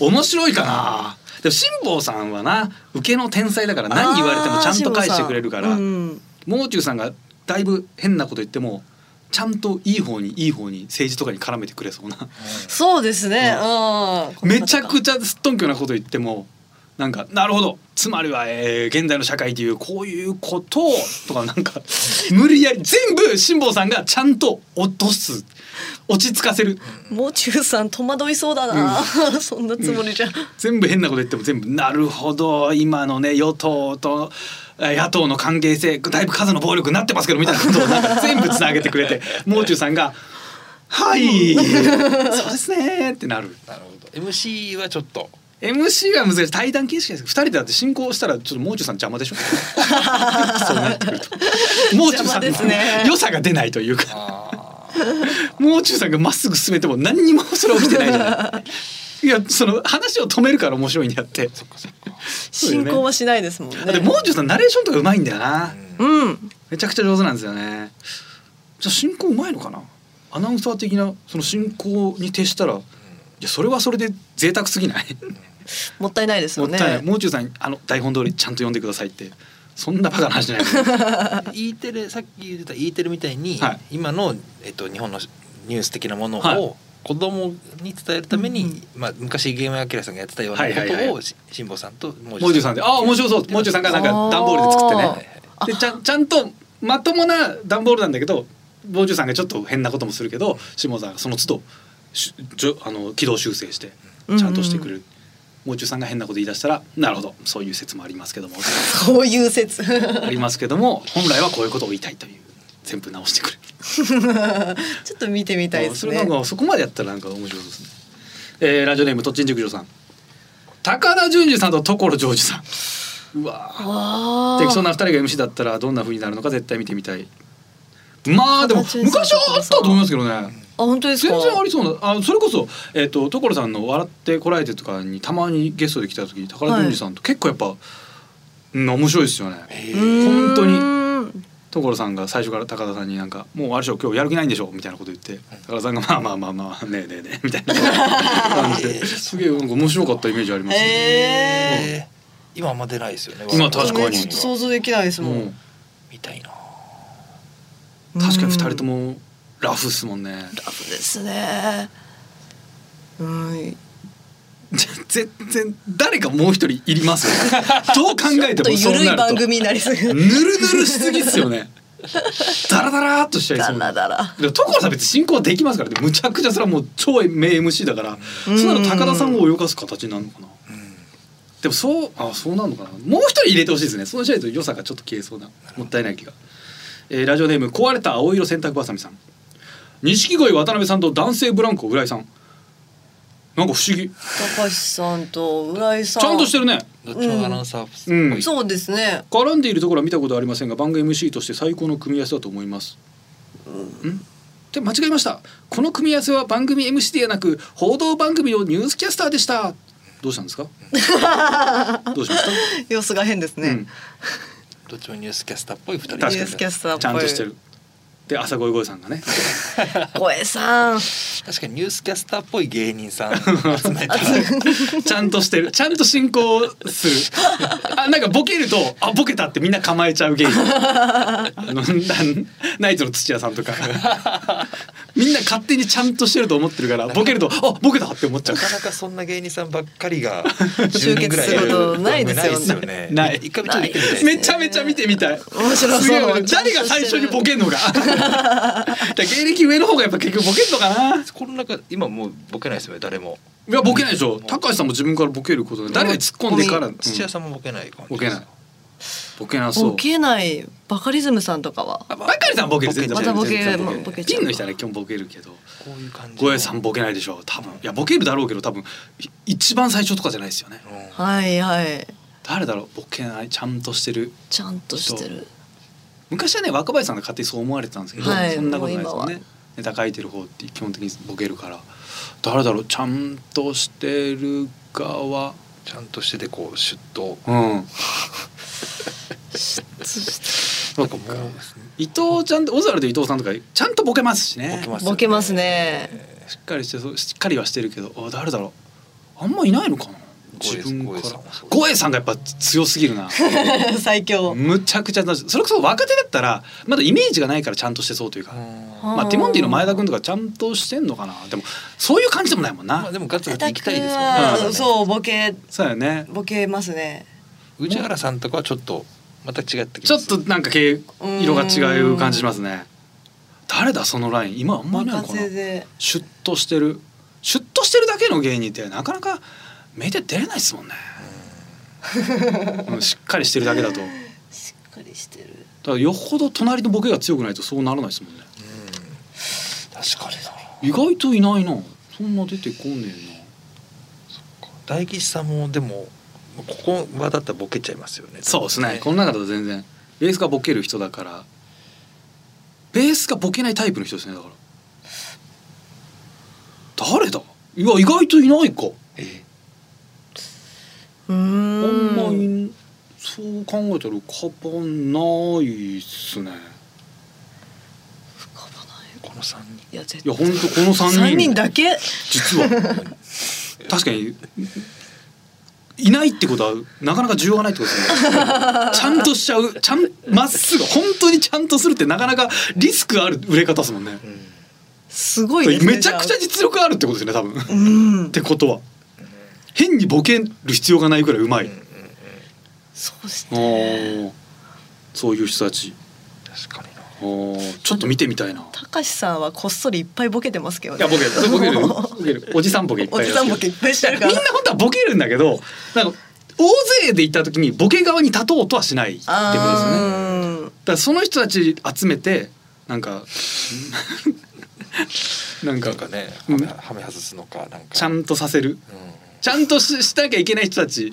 面白いかなでも辛坊さんはな受けの天才だから何言われてもちゃんと返してくれるから、あー辛坊もう中さんがだいぶ変なこと言ってもちゃんといい方にいい方に政治とかに絡めてくれそうなさんうんそうですね。うん。めちゃくちちゃすっとんきょなこと言ってもなんかなるほどつまりは、えー現代の社会というこういうことをとかなんか無理やり全部辛坊さんがちゃんと落とす落ち着かせるゃ。もう中さん戸惑いそうだな。 *laughs* そんなつもりじゃ。全部変なこと言っても全部なるほど今のね与党とえー野党の関係性だいぶ数の暴力になってますけどみたいなことをなんか全部つなげてくれてもう中さんが「はいそうですね」ってなる。なるほど MC はちょっと MC は難しい対談形式です2人でだって進行したらちょっともう中さん邪魔でしょそうなってくるともう中さんの邪魔ですね良さが出ないというかあもう中さんがまっすぐ進めても何にもそれ起きてないじゃないいやその話を止めるから面白いんであってそうよ進ね行はしないですもんね。だってもう中さんナレーションとかうまいんだよなうん。めちゃくちゃ上手なんですよねじゃあ進行うまいのかなアナウンサー的なその進行に徹したらいやそれはそれで贅沢すぎないもったいないですもよっね。たいない。もう中さんにあの台本通りちゃんと読んでくださいって。そんなバカな話じゃない。 *laughs* ー E テレさっき言ってた E テレみたいに、はい今の、えっと、日本のニュース的なものを、はい子供に伝えるために、うんうんまあ、昔ゲームアキラさんがやってたようなはいこはいはいとをし辛坊さんとももう中さんで、ああ面白そう。もう中さんがなんか段ボールで作ってね。あーでちゃんちゃんとまともな段ボールなんだけど、もう中さんがちょっと変なこともするけど、下さんがその都度しじょあの軌道修正してうんうんちゃんとしてくれる。もう中さんが変なこと言い出したら、なるほど、そういう説もありますけども、そうい *laughs* う説。ありますけども、本来はこういうことを言いたいという全部直してくれる。ちょっと見てみたいであすそれねなん。かそこまでやったらなんか面白そうですね。えー、ラジオネームとっちん塾長さん。高田純次さんと所ジョージさん。うわあー。ー適当な二人が MC だったらどんな風になるのか絶対見てみたい。まあでも高田純次さん昔はあったと思いますけどね。あ本当です全か。然ありそうな。あそれこそえっ、と所さんの笑ってこられてとかにたまにゲストで来た時に高田純次さんと結構やっぱ、うん面白いですよね。うー本ん当に所さんが最初から高田さんになんか「もうあれでしょ今日やる気ないんでしょ」みたいなこと言って高田さんが「まあまあまあまあねえねえねえ」みたいな *laughs* 感じですげえなんか面白かったイメージありますへーえー今あんま出ないですよね今確かにねちょっと想像できないですもん。もみたいなう確かに二人ともラフっすもんねラブですね。うん。全然誰かもう一人いりますよ *laughs* ねどう考えちょってともそう緩ない番ると組になりすぎぬる。るぬるしすぎっすよねダラダラーっとしちゃい *laughs* だそうならだら。でも所さん別に進行はできますからねむちゃくちゃそれはもう超名 MC だからそうんなの高田さんを泳がす形になるのかなでもそうあそうなるのかなもう一人入れてほしいですねそうしないと良さがちょっと消えそうなもったいない気が、えーラジオネーム壊れた青色洗濯ばさみさん錦鯉渡辺さんと男性ブランコ浦井さんなんか不思議ち高橋さんと浦井さん。ゃんとしてるねどっちもアナウンサーっぽい、うんるそうですね。絡んでいるところは見たことありませんが番組 MC として最高の組み合わせだと思います。んで間違えましたこの組み合わせは番組 MC ではなく報道番組のニュースキャスターでしたどうしたん *laughs* ですかどうしまし様子が変ですた、ね。うんどっちもニュースキャスターっぽい二人確かにニュースキャスターっぽいちゃんとしてるで朝ごいごいさんがね声さん。確かにニュースキャスターっぽい芸 *laughs* 人さん集めたら *laughs* ちゃんとしてるちゃんと進行するあなんかボケるとあボケたってみんな構えちゃう芸 *laughs* 人あのなんナイツの土屋さんとかみんな勝手にちゃんとしてると思ってるからボケるとあボケたって思っちゃなうかなかそんな芸人さんばっか *laughs* りが集結することないですよねないよねない一回見てみてみたいですねめちゃめちゃ見てみたい面白そうすげえ誰が最初にボケん *laughs* のかだから芸歴上の方がやっぱ結局ボケんのかなこの中今もうボケないですよね誰もいやボケないでしょ高橋さんも自分からボケることで誰が突っ込んでから、うん土屋さんもボケない感じボケないボケなそうボケないバカリズムさんとかは。あバカリさんボケる全然またボケ全然まあボケちピゃうンの人はね基本ボケるけどこういう感じのゴエさんボケないでしょう多分いやボケるだろうけど多分い一番最初とかじゃないですよねうんはいはい。誰だろうボケないちゃんとしてるちゃんとしてる。昔はね若林さんが勝手にそう思われてたんですけど、はいそんなことないですよもう今ねネタ書いてる方って基本的にボケるから誰だろうちゃんとしてる側ちゃんとしててこうシュッとうんなんかもう伊藤ちゃんオズワルド伊藤さんとかちゃんとボケますしねボケますよねボケますね。しっかりしてそうしっかりはしてるけどあ誰だろうあんまいないのかな光栄です自分光栄かさらんもそうです光栄さんがやっぱ強すぎ *laughs* るな *laughs* 最強。むちゃくちゃそれこそ若手だったらまだイメージがないからちゃんとしてそうというか、うんはまあティモンディの前田君とかちゃんとしてんのかなでもそういう感じでもないもんな、まあでもガツガツ行きたいですもんあねはそうボケそうだよねボケますね。宇治原さんとかはちょっとまた違ってきちまょっすとなんか毛色が違う感じしますね誰だそのライン今あんまりいないの任かなせでシュッとしてるシュッとしてるだけの芸人ってなかなか目で出れないですもんね、うんしっかりしてるだけだとだかしっかりしてる。らよほど隣のボケが強くないとそうならないですもんね確かにな意外といないなそんな出てこねえ大吉さんもでもここ場だったらボケちゃいますよねなそうですねこの中だと全然ベースがボケる人だからベースがボケないタイプの人ですねだから誰だいや意外といないかえうあんまーん。りそう考えたら浮かばないっすねこの三人いや絶いや対。ほんとこの3三人人だけ。実 *laughs* は確かにいないってことはなかなか需要がないってことですねちゃんとしちゃうちゃんまっすぐ本当にちゃんとするってなかなかリスクある売れ方ですもんねすごいですね。めちゃくちゃじ実力あるってことですよね多分ゃあ。うんっ。てことは変にボケる必要がないぐらいうまい、そうして。あーそういう人たち確かになあーちょっと見てみたいなたかしさんはこっそりいっぱいボケてますけどいやね。ボケる *laughs* ボケるボケるおじさんボケいっおぱいじいるさんボですけケいっぱいしてるどみんかなら。本当はボケるんだけどなんか大勢で行った時にボケ側に立とうとはしないってことですよねだかあらその人たち集めてなんか *laughs* なんかなんかねうんはめ外すのかなんかちゃんとさせるうんちゃんとししなきゃいけない人たち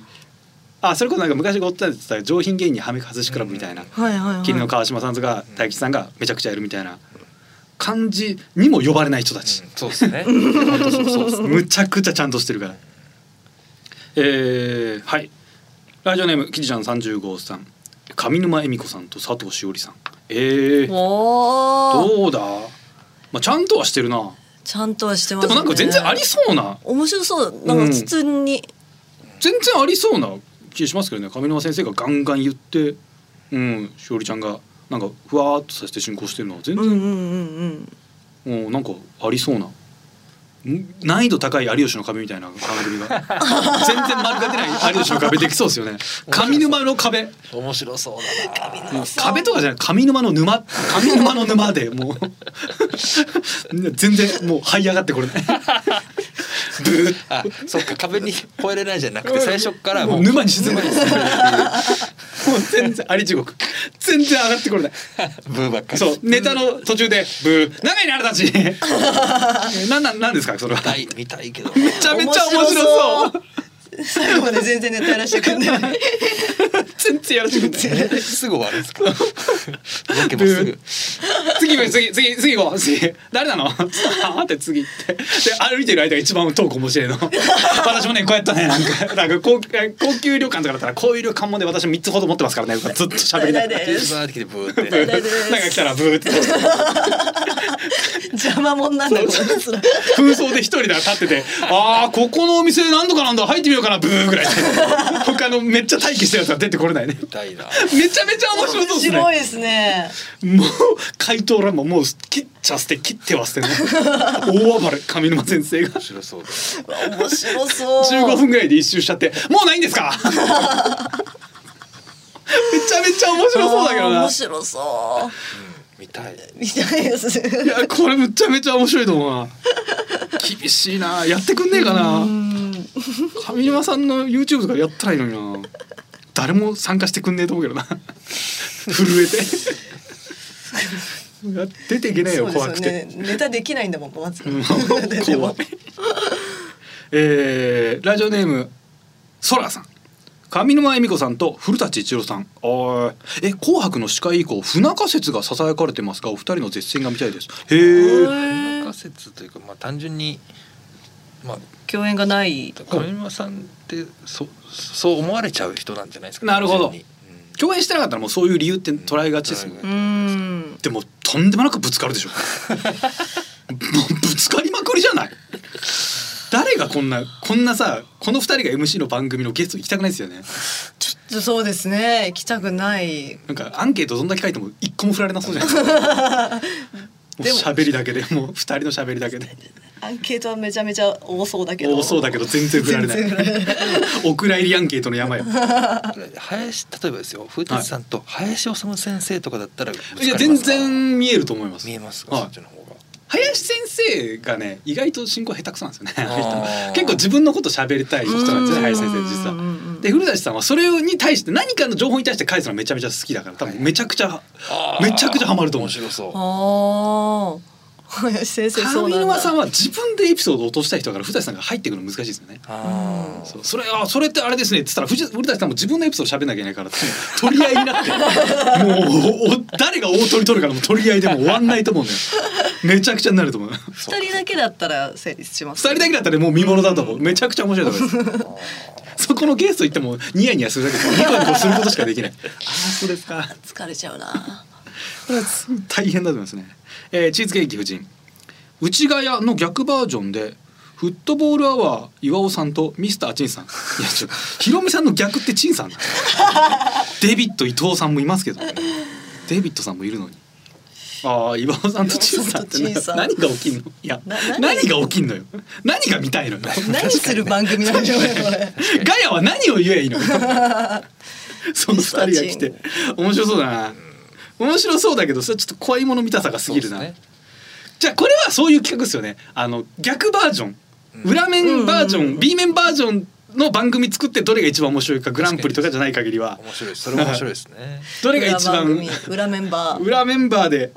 あそれこそなんか昔ごったんってた上品芸人はめ外しクラブみたいなあー。はいはいはい。麒麟の川島さんとか大吉さんがめちゃくちゃやるみたいな感じにも呼ばれない人たちうん、そうで *laughs* すね本当そうそう *laughs* ですむちゃくちゃちゃんとしてるから。えー、はい。ラジオネームキジちゃん三十号さん、上沼恵美子さんと佐藤しおりさん。えー、おどお。うだ。まあ、ちゃんとはしてるな。ちゃんとはしてますでね。もなんか全然ありそうな、面白そうなんか普通に、全然ありそうな気しますけどね。上沼先生がガンガン言って、うん、しおりちゃんがなんかふわーっとさせて進行してるのは全う然ん、うんうんうんうん、なんかありそうな。ん難易度高い有吉の壁みたいな番組が全然丸が出ない有吉の壁できそうですよね上沼の壁面白そうだなもう壁とかじゃない上沼の沼上沼の沼でもう全然もう這い上がってこれないブーッあそっか壁に越えれないじゃなくて最初からももうう沼に沈むもう全然あり地獄全然上がってこれないブーばっかりそうネタの途中でブー長いなあなたたちなんなんなんですかそれは見たい見たいけどなめちゃめちゃ面白そう最後まで全然ネタやらしてくれない全然やらせてくれないえすぐ終わるんですかボケもすぐ次も次次次行こう次誰なのあーって次行ってで歩いてる間が一番トーク面白いの私もねこうやったねなんかなんか高高級旅館とかだったらこういう旅館まで私3つほど持ってますからねずっと喋りながら。でずすーってきてブーって大丈夫ですなんか来たらブーって邪魔もんなんだこいつら空想で一人で立ってて「あーここのお店何度かなんだ入ってみようかなブー」ぐらいで他のめっちゃ待機してるやつは出てこれないね見たいなめちゃめちゃ面白そ面うですね白いですね。もう回答欄ももう切っちゃ捨て切っては捨てね *laughs* 大暴れ上沼先生 *laughs* が面白そうだ面白そう15分ぐらいで一周しちゃってもうないんですか *laughs* めちゃめちゃ面白そうだけどあーな面白そ見たいうみたいですいやこれめちゃめちゃ面白いと思うな厳しいなやってくんねえかな上沼さんの YouTube とかやったらいいのにな誰も参加してくんねえと思うけど *laughs* な震えていや出ていけねえよそうです怖よくてね。ネタできないんだもんまず。で怖もい。えー、ラジオネームソラさん。上沼恵美子さんと古舘一郎さん。あーえ紅白の司会以降不仲説がささやかれてますがお二人の絶戦が見たいです。へーへー仮説というかまあ単純にまあ共演がない。上沼さんってそそう思われちゃう人なんじゃないですかなるほど単純に共演してなかったらもうそういう理由って捉えがちですよねうんうーん。でもとんでもなくぶつかるでしょ。もうぶつかりまくりじゃない。誰がこんなこんなさこの二人が MC の番組のゲスト行きたくないですよねちょっとそうですね行きたくないなんかアンケートどんだけ書いても一個も振られなそうじゃないですかもう *laughs* 喋りだけでもう二人の喋りだけでアンケートはめちゃめちゃ多そうだけど多そうだけど全然振られない全然振られないお蔵入りアンケートの山よ林例えばですよ風鉄さんと林修先生とかだったらぶつかりますいかや全然見えると思います見えますか、はいそっちの方が林先生がね意外と進行下手くそなんですよねあー結構自分のこと喋りたい人なんですよね林先生実うんはうんうんうんで古舘さんはそれに対して何かの情報に対して返すのがめちゃめちゃ好きだから多分めちゃくちゃめちゃくちゃハマると思う面白そうああ林 *laughs* 先生そう上なん沼さんだは自分でエピソードを落としたい人だから古舘さんが入ってくるの難しいですよねあーそうそれあそれってあれですねっつったら藤古舘さんも自分のエピソード喋んなきゃいけないから *laughs* 取り合いになってもうお誰が大取り取るからもう取り合いでもう終わんないと思うんだよめちゃくちゃになると思うそう二人だけだったら成立しま二す人だけだったらもう見ものだと思うめちゃくちゃ面白いと思います *laughs* そこのゲスト行ってもニヤニヤするだけでニコニコすることしかできないああそうですか疲れちゃうなこれは大変だと思いますね、えーチーズケーキ夫人内ヶ谷の逆バージョンでフットボールアワー岩尾さんとミスターチンさんいやちょっとひろみさんの逆ってチンさ *laughs* んだデビット伊藤さんもいますけどねデビットさんもいるのにああ岩尾さんとチンさんってな岩尾さん何とが起きんのいやな何何が起きんのよ何が見たいのよ何する番組なんでしょうねこれ *laughs* ガヤは何を言えばいいのその二人が来て面白そうだな面白そうだけどそれちょっと怖いもの見たさが過ぎるな、そうですねじゃあこれはそういう企画ですよねあの逆バージョン裏面バージョン、B 面バージョンの番組作ってどれが一番面白いかグランプリとかじゃない限りは面白い *laughs* ですそれも面白いですねどれが一番裏番組裏メンバー裏メンバーで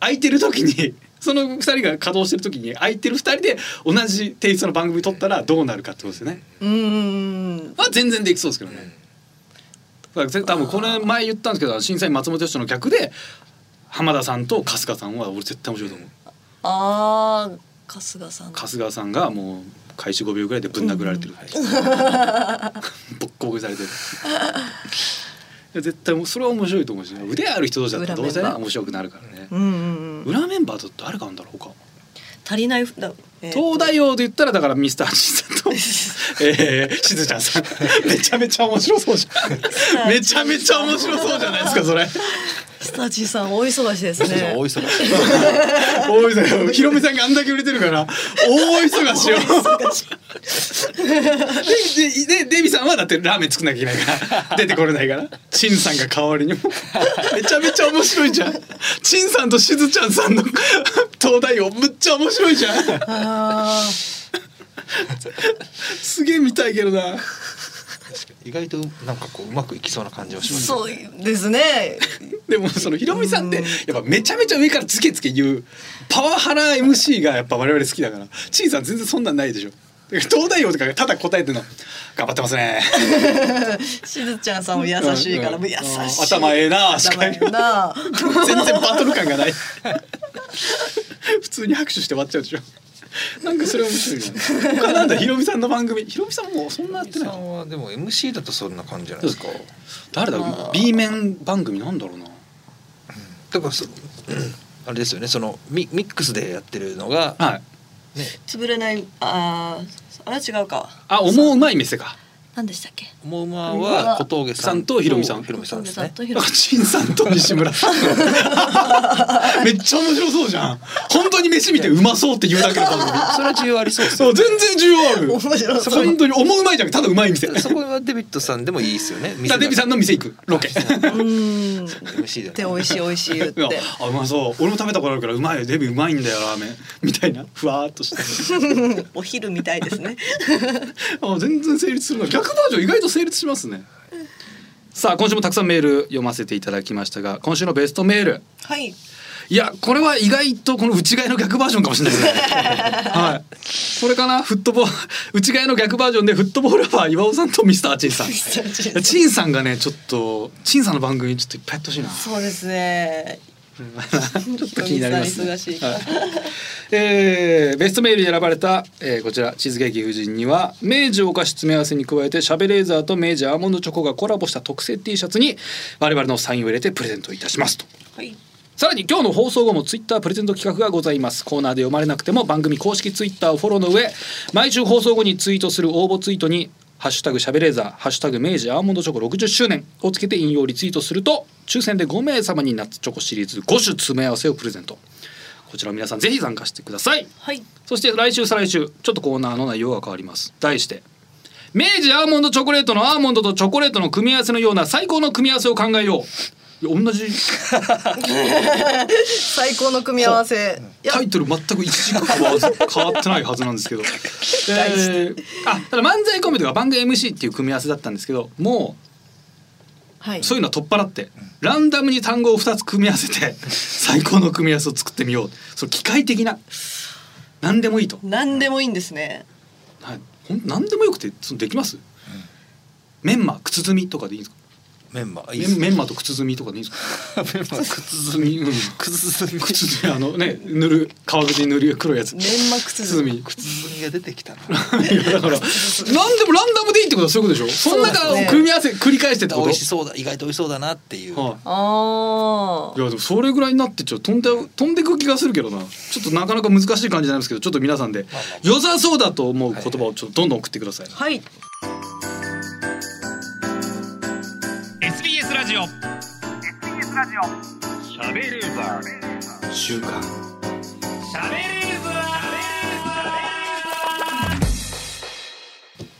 空いてる時に *laughs* その二人が稼働してる時に空いてる二人で同じテイストの番組撮ったらどうなるかってことですよね。うんうんうんは全然できそうですけどね。だから多分これ前言ったんですけど審査員松本人志の逆で浜田さんと春日さんは俺絶対面白いと思う。あー春日さん春日さんがもう開始5秒ぐらいでぶん殴られてる、ボッコボコにされてるいや絶対もうそれは面白いと思うし腕ある人同士だったらどうせね裏メンバー面白くなるからね、うんうんうん裏メンバーと誰があるんだろう他足りないだ、えーと東大王で言ったらだからミスターチンさんとえー、しずちゃん *laughs* さんめちゃめちゃ面白そうじゃんめちゃめちゃ面白そうじゃないですかそれスタジーさん大忙しですそうそうね大忙しい *laughs* 大忙しいひろみさんがあんだけ売れてるから大忙しよでででデビさんはだってラーメン作んなきゃいけないから出てこれないから陳さんが代わりにもめちゃめちゃ面白いじゃん陳さんとしずちゃんさんの東大王むっちゃ面白いじゃんあすげえ見たいけどな意外となんかこううまくいきそうな感じはしーますそうですねでもそのひろみさんってやっぱめちゃめちゃ上からつけつけ言うパワハラ MC がやっぱ我々好きだから陳さん全然そんなんないでしょだから東大王とかがただ答えてるの頑張ってます *laughs* ねしずちゃんさんも優しいから、もう優しい頭ええなし頭かええな全然バトル感がない普通に拍手して終わっちゃうでしょなんかそれ面白いな他なんだひろみさんの番組ひろみさんもうそんなやってさないんはでも MC だとそんな感じじゃないですか誰だ B 面番組なんだろうなだからそあれですよねそのミミックスでやってるのがはい潰れないあーあれは違うかあ思ううまい店か何でしたっけもうまは小峠ささんんとひろみさんひろみさんですねとひろみ陳さんと西 *laughs* 村さんめっちゃ面白そうじゃん本当に飯見てうまそうって言うだけの番組それは需要ありそうですそよう全然重要ある面白そう本当に思ううまいじゃんただうまい店そこはデビッドさんでもいいですよ *laughs* ねだデビさんの店行くロケ *laughs* うん店だ MC でだ美ね味しい美味しい言 *laughs* っいやてあうまそう俺も食べたことあるからうまいよデビューうまいんだよラーメンみたいなふわーっとしてお昼みたいです *laughs* ねあ全然成立するな逆バージョン意外と成立しますねさあ今週もたくさんメール読ませていただきましたが今週のベストメールはいいやこれは意外とこの内側の逆バージョンかもしれない *laughs* ですねはいこれかなフットボール *laughs* 内側の逆バージョンでフットボールは岩尾さんとミスターチンさんいやチンさんがねちょっとチンさんの番組ちょっといっぱいやってほしい *laughs* なそうですねちょっと気になります、ね。忙しいはいえーベストメールに選ばれた、えーこちらチーズケーキ夫人には明治お菓子詰め合わせに加えてシャベレーザーと明治アーモンドチョコがコラボした特製 T シャツに我々のサインを入れてプレゼントいたしますとはいさらに今日の放送後もツイッタープレゼント企画がございますコーナーで読まれなくても番組公式ツイッターをフォローの上毎週放送後にツイートする応募ツイートに「ハッシュタグしゃべれーザー」「ハッシュタグ明治アーモンドチョコ60周年」をつけて引用リツイートすると抽選で5名様にナッツチョコシリーズ5種詰め合わせをプレゼントこちら皆さんぜひ参加してくださいはいそして来週再来週ちょっとコーナーの内容が変わります題して明治アーモンドチョコレートのアーモンドとチョコレートの組み合わせのような最高の組み合わせを考えよういや同じ最高の組み合わせいやタイトル全く一軸変わず変わってないはずなんですけど、えー、あただ漫才コンビとか番組 MC っていう組み合わせだったんですけどもはいうそういうのは取っ払ってランダムに単語を2つ組み合わせて最高の組み合わせを作ってみようその機械的な何でもいいと、何でもいいんですね。はい、ほん何でもよくてそのできます、メンマ靴積みとかでいいんですかメンマーいいっメすンメねンマと靴積みとかでいいんですかメンマー *laughs* 靴積み、うん、靴積み靴積みあのね塗る革口に塗る黒いやつ粘膜靴痛積み靴積みが出てきたな *laughs* いやだから何でもランダムでいいってことはそういうことでしょそん中そうでをすね組み合わせ繰り返してってこと美味しそうだ意外と美味しそうだなっていう、はあい、いやでもそれぐらいになってちょっと飛んで飛んでく気がするけどなちょっとなかなか難しい感じなんですけどちょっと皆さんで良さそうだと思う言葉をちょっとどんどん送ってください、あはい SBS ラジオ SBS ラジオしゃべれーざ週刊しゃべれー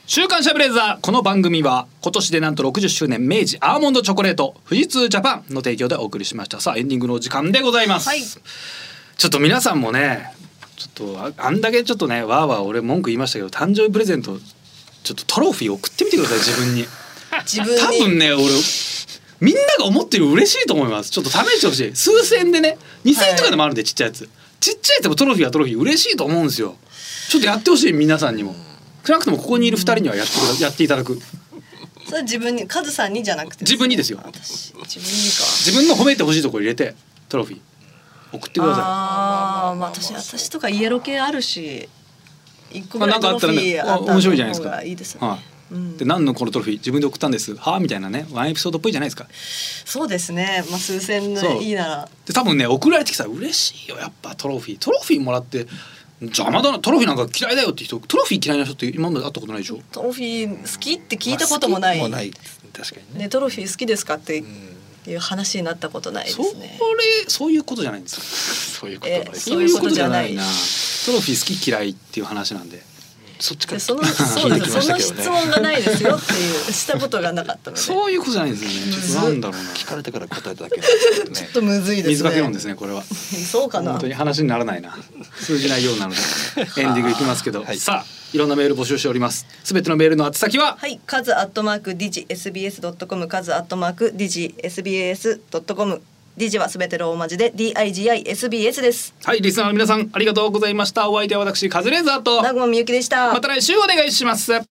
週刊シャブレーザーこの番組は今年でなんと60周年明治アーモンドチョコレート富士通ジャパンの提供でお送りしましたさあエンディングのお時間でございます、はいちょっと皆さんもねちょっとああんだけちょっとねわーわー俺文句言いましたけど誕生日プレゼントちょっとトロフィー送ってみてください自分に自多分に分ね俺みんなが思ってるより嬉しいと思いますちょっと試してほしい数千でね2,000円とかでもあるんで、ちっちゃいやつちっちゃいやつでもトロフィーはトロフィー嬉しいと思うんですよちょっとやってほしい皆さんにも少なくともここにいる2人にはやってくだやっていただくそれは自分にカズさんにじゃなくて自分にですよ私自分にか自分の褒めてほしいところ入れてトロフィー送ってくださああまあ私私とかイエロ系あるし一個まぐあらないんかあトロったフらねィーあったあ面白いじゃないですか方がいいですい、ね、はうい、んで何のこのトロフィー自分で送ったんですはあみたいなねワンエピソードっぽいじゃないですかそうですねまあ数千そうのいいならで多分ね送られてきたら嬉しいよやっぱトロフィートロフィーもらって邪魔だなトロフィーなんか嫌いだよって人トロフィー嫌いな人って今まで会ったことないでしょトロフィー好きって聞いたこともない,、まあ好きもない確かにねねトロフィー好きですかってうんいう話になったことないでそすれねそういうことじゃないんですそういうことないですそういうことじゃないそううことトロフィー好き嫌いっていう話なんでそっちかでら *laughs* そのそうで聞いてきすましそのたけどね質問がないですよっていうしたことがなかったのでちょそういうことじゃないんですよねちょっとなんだろうな聞かれてから答えただけなんです *laughs* けどねっとむずいですね水かけ論ですねこれはそうかな本当に話にならないな通じないようなので *laughs* エンディングいきますけど、はいさあいろんなメール募集しておりますすべてのメールの宛先ははい、カズアットマークディジ SBS ドットコム、カズアットマークディジ SBS ドットコム。ディジはすべてローマ字で D I G I S B S です。はいリスナーの皆さんありがとうございましたお相手は私カズレーザーと南雲みゆきでした。また来週お願いします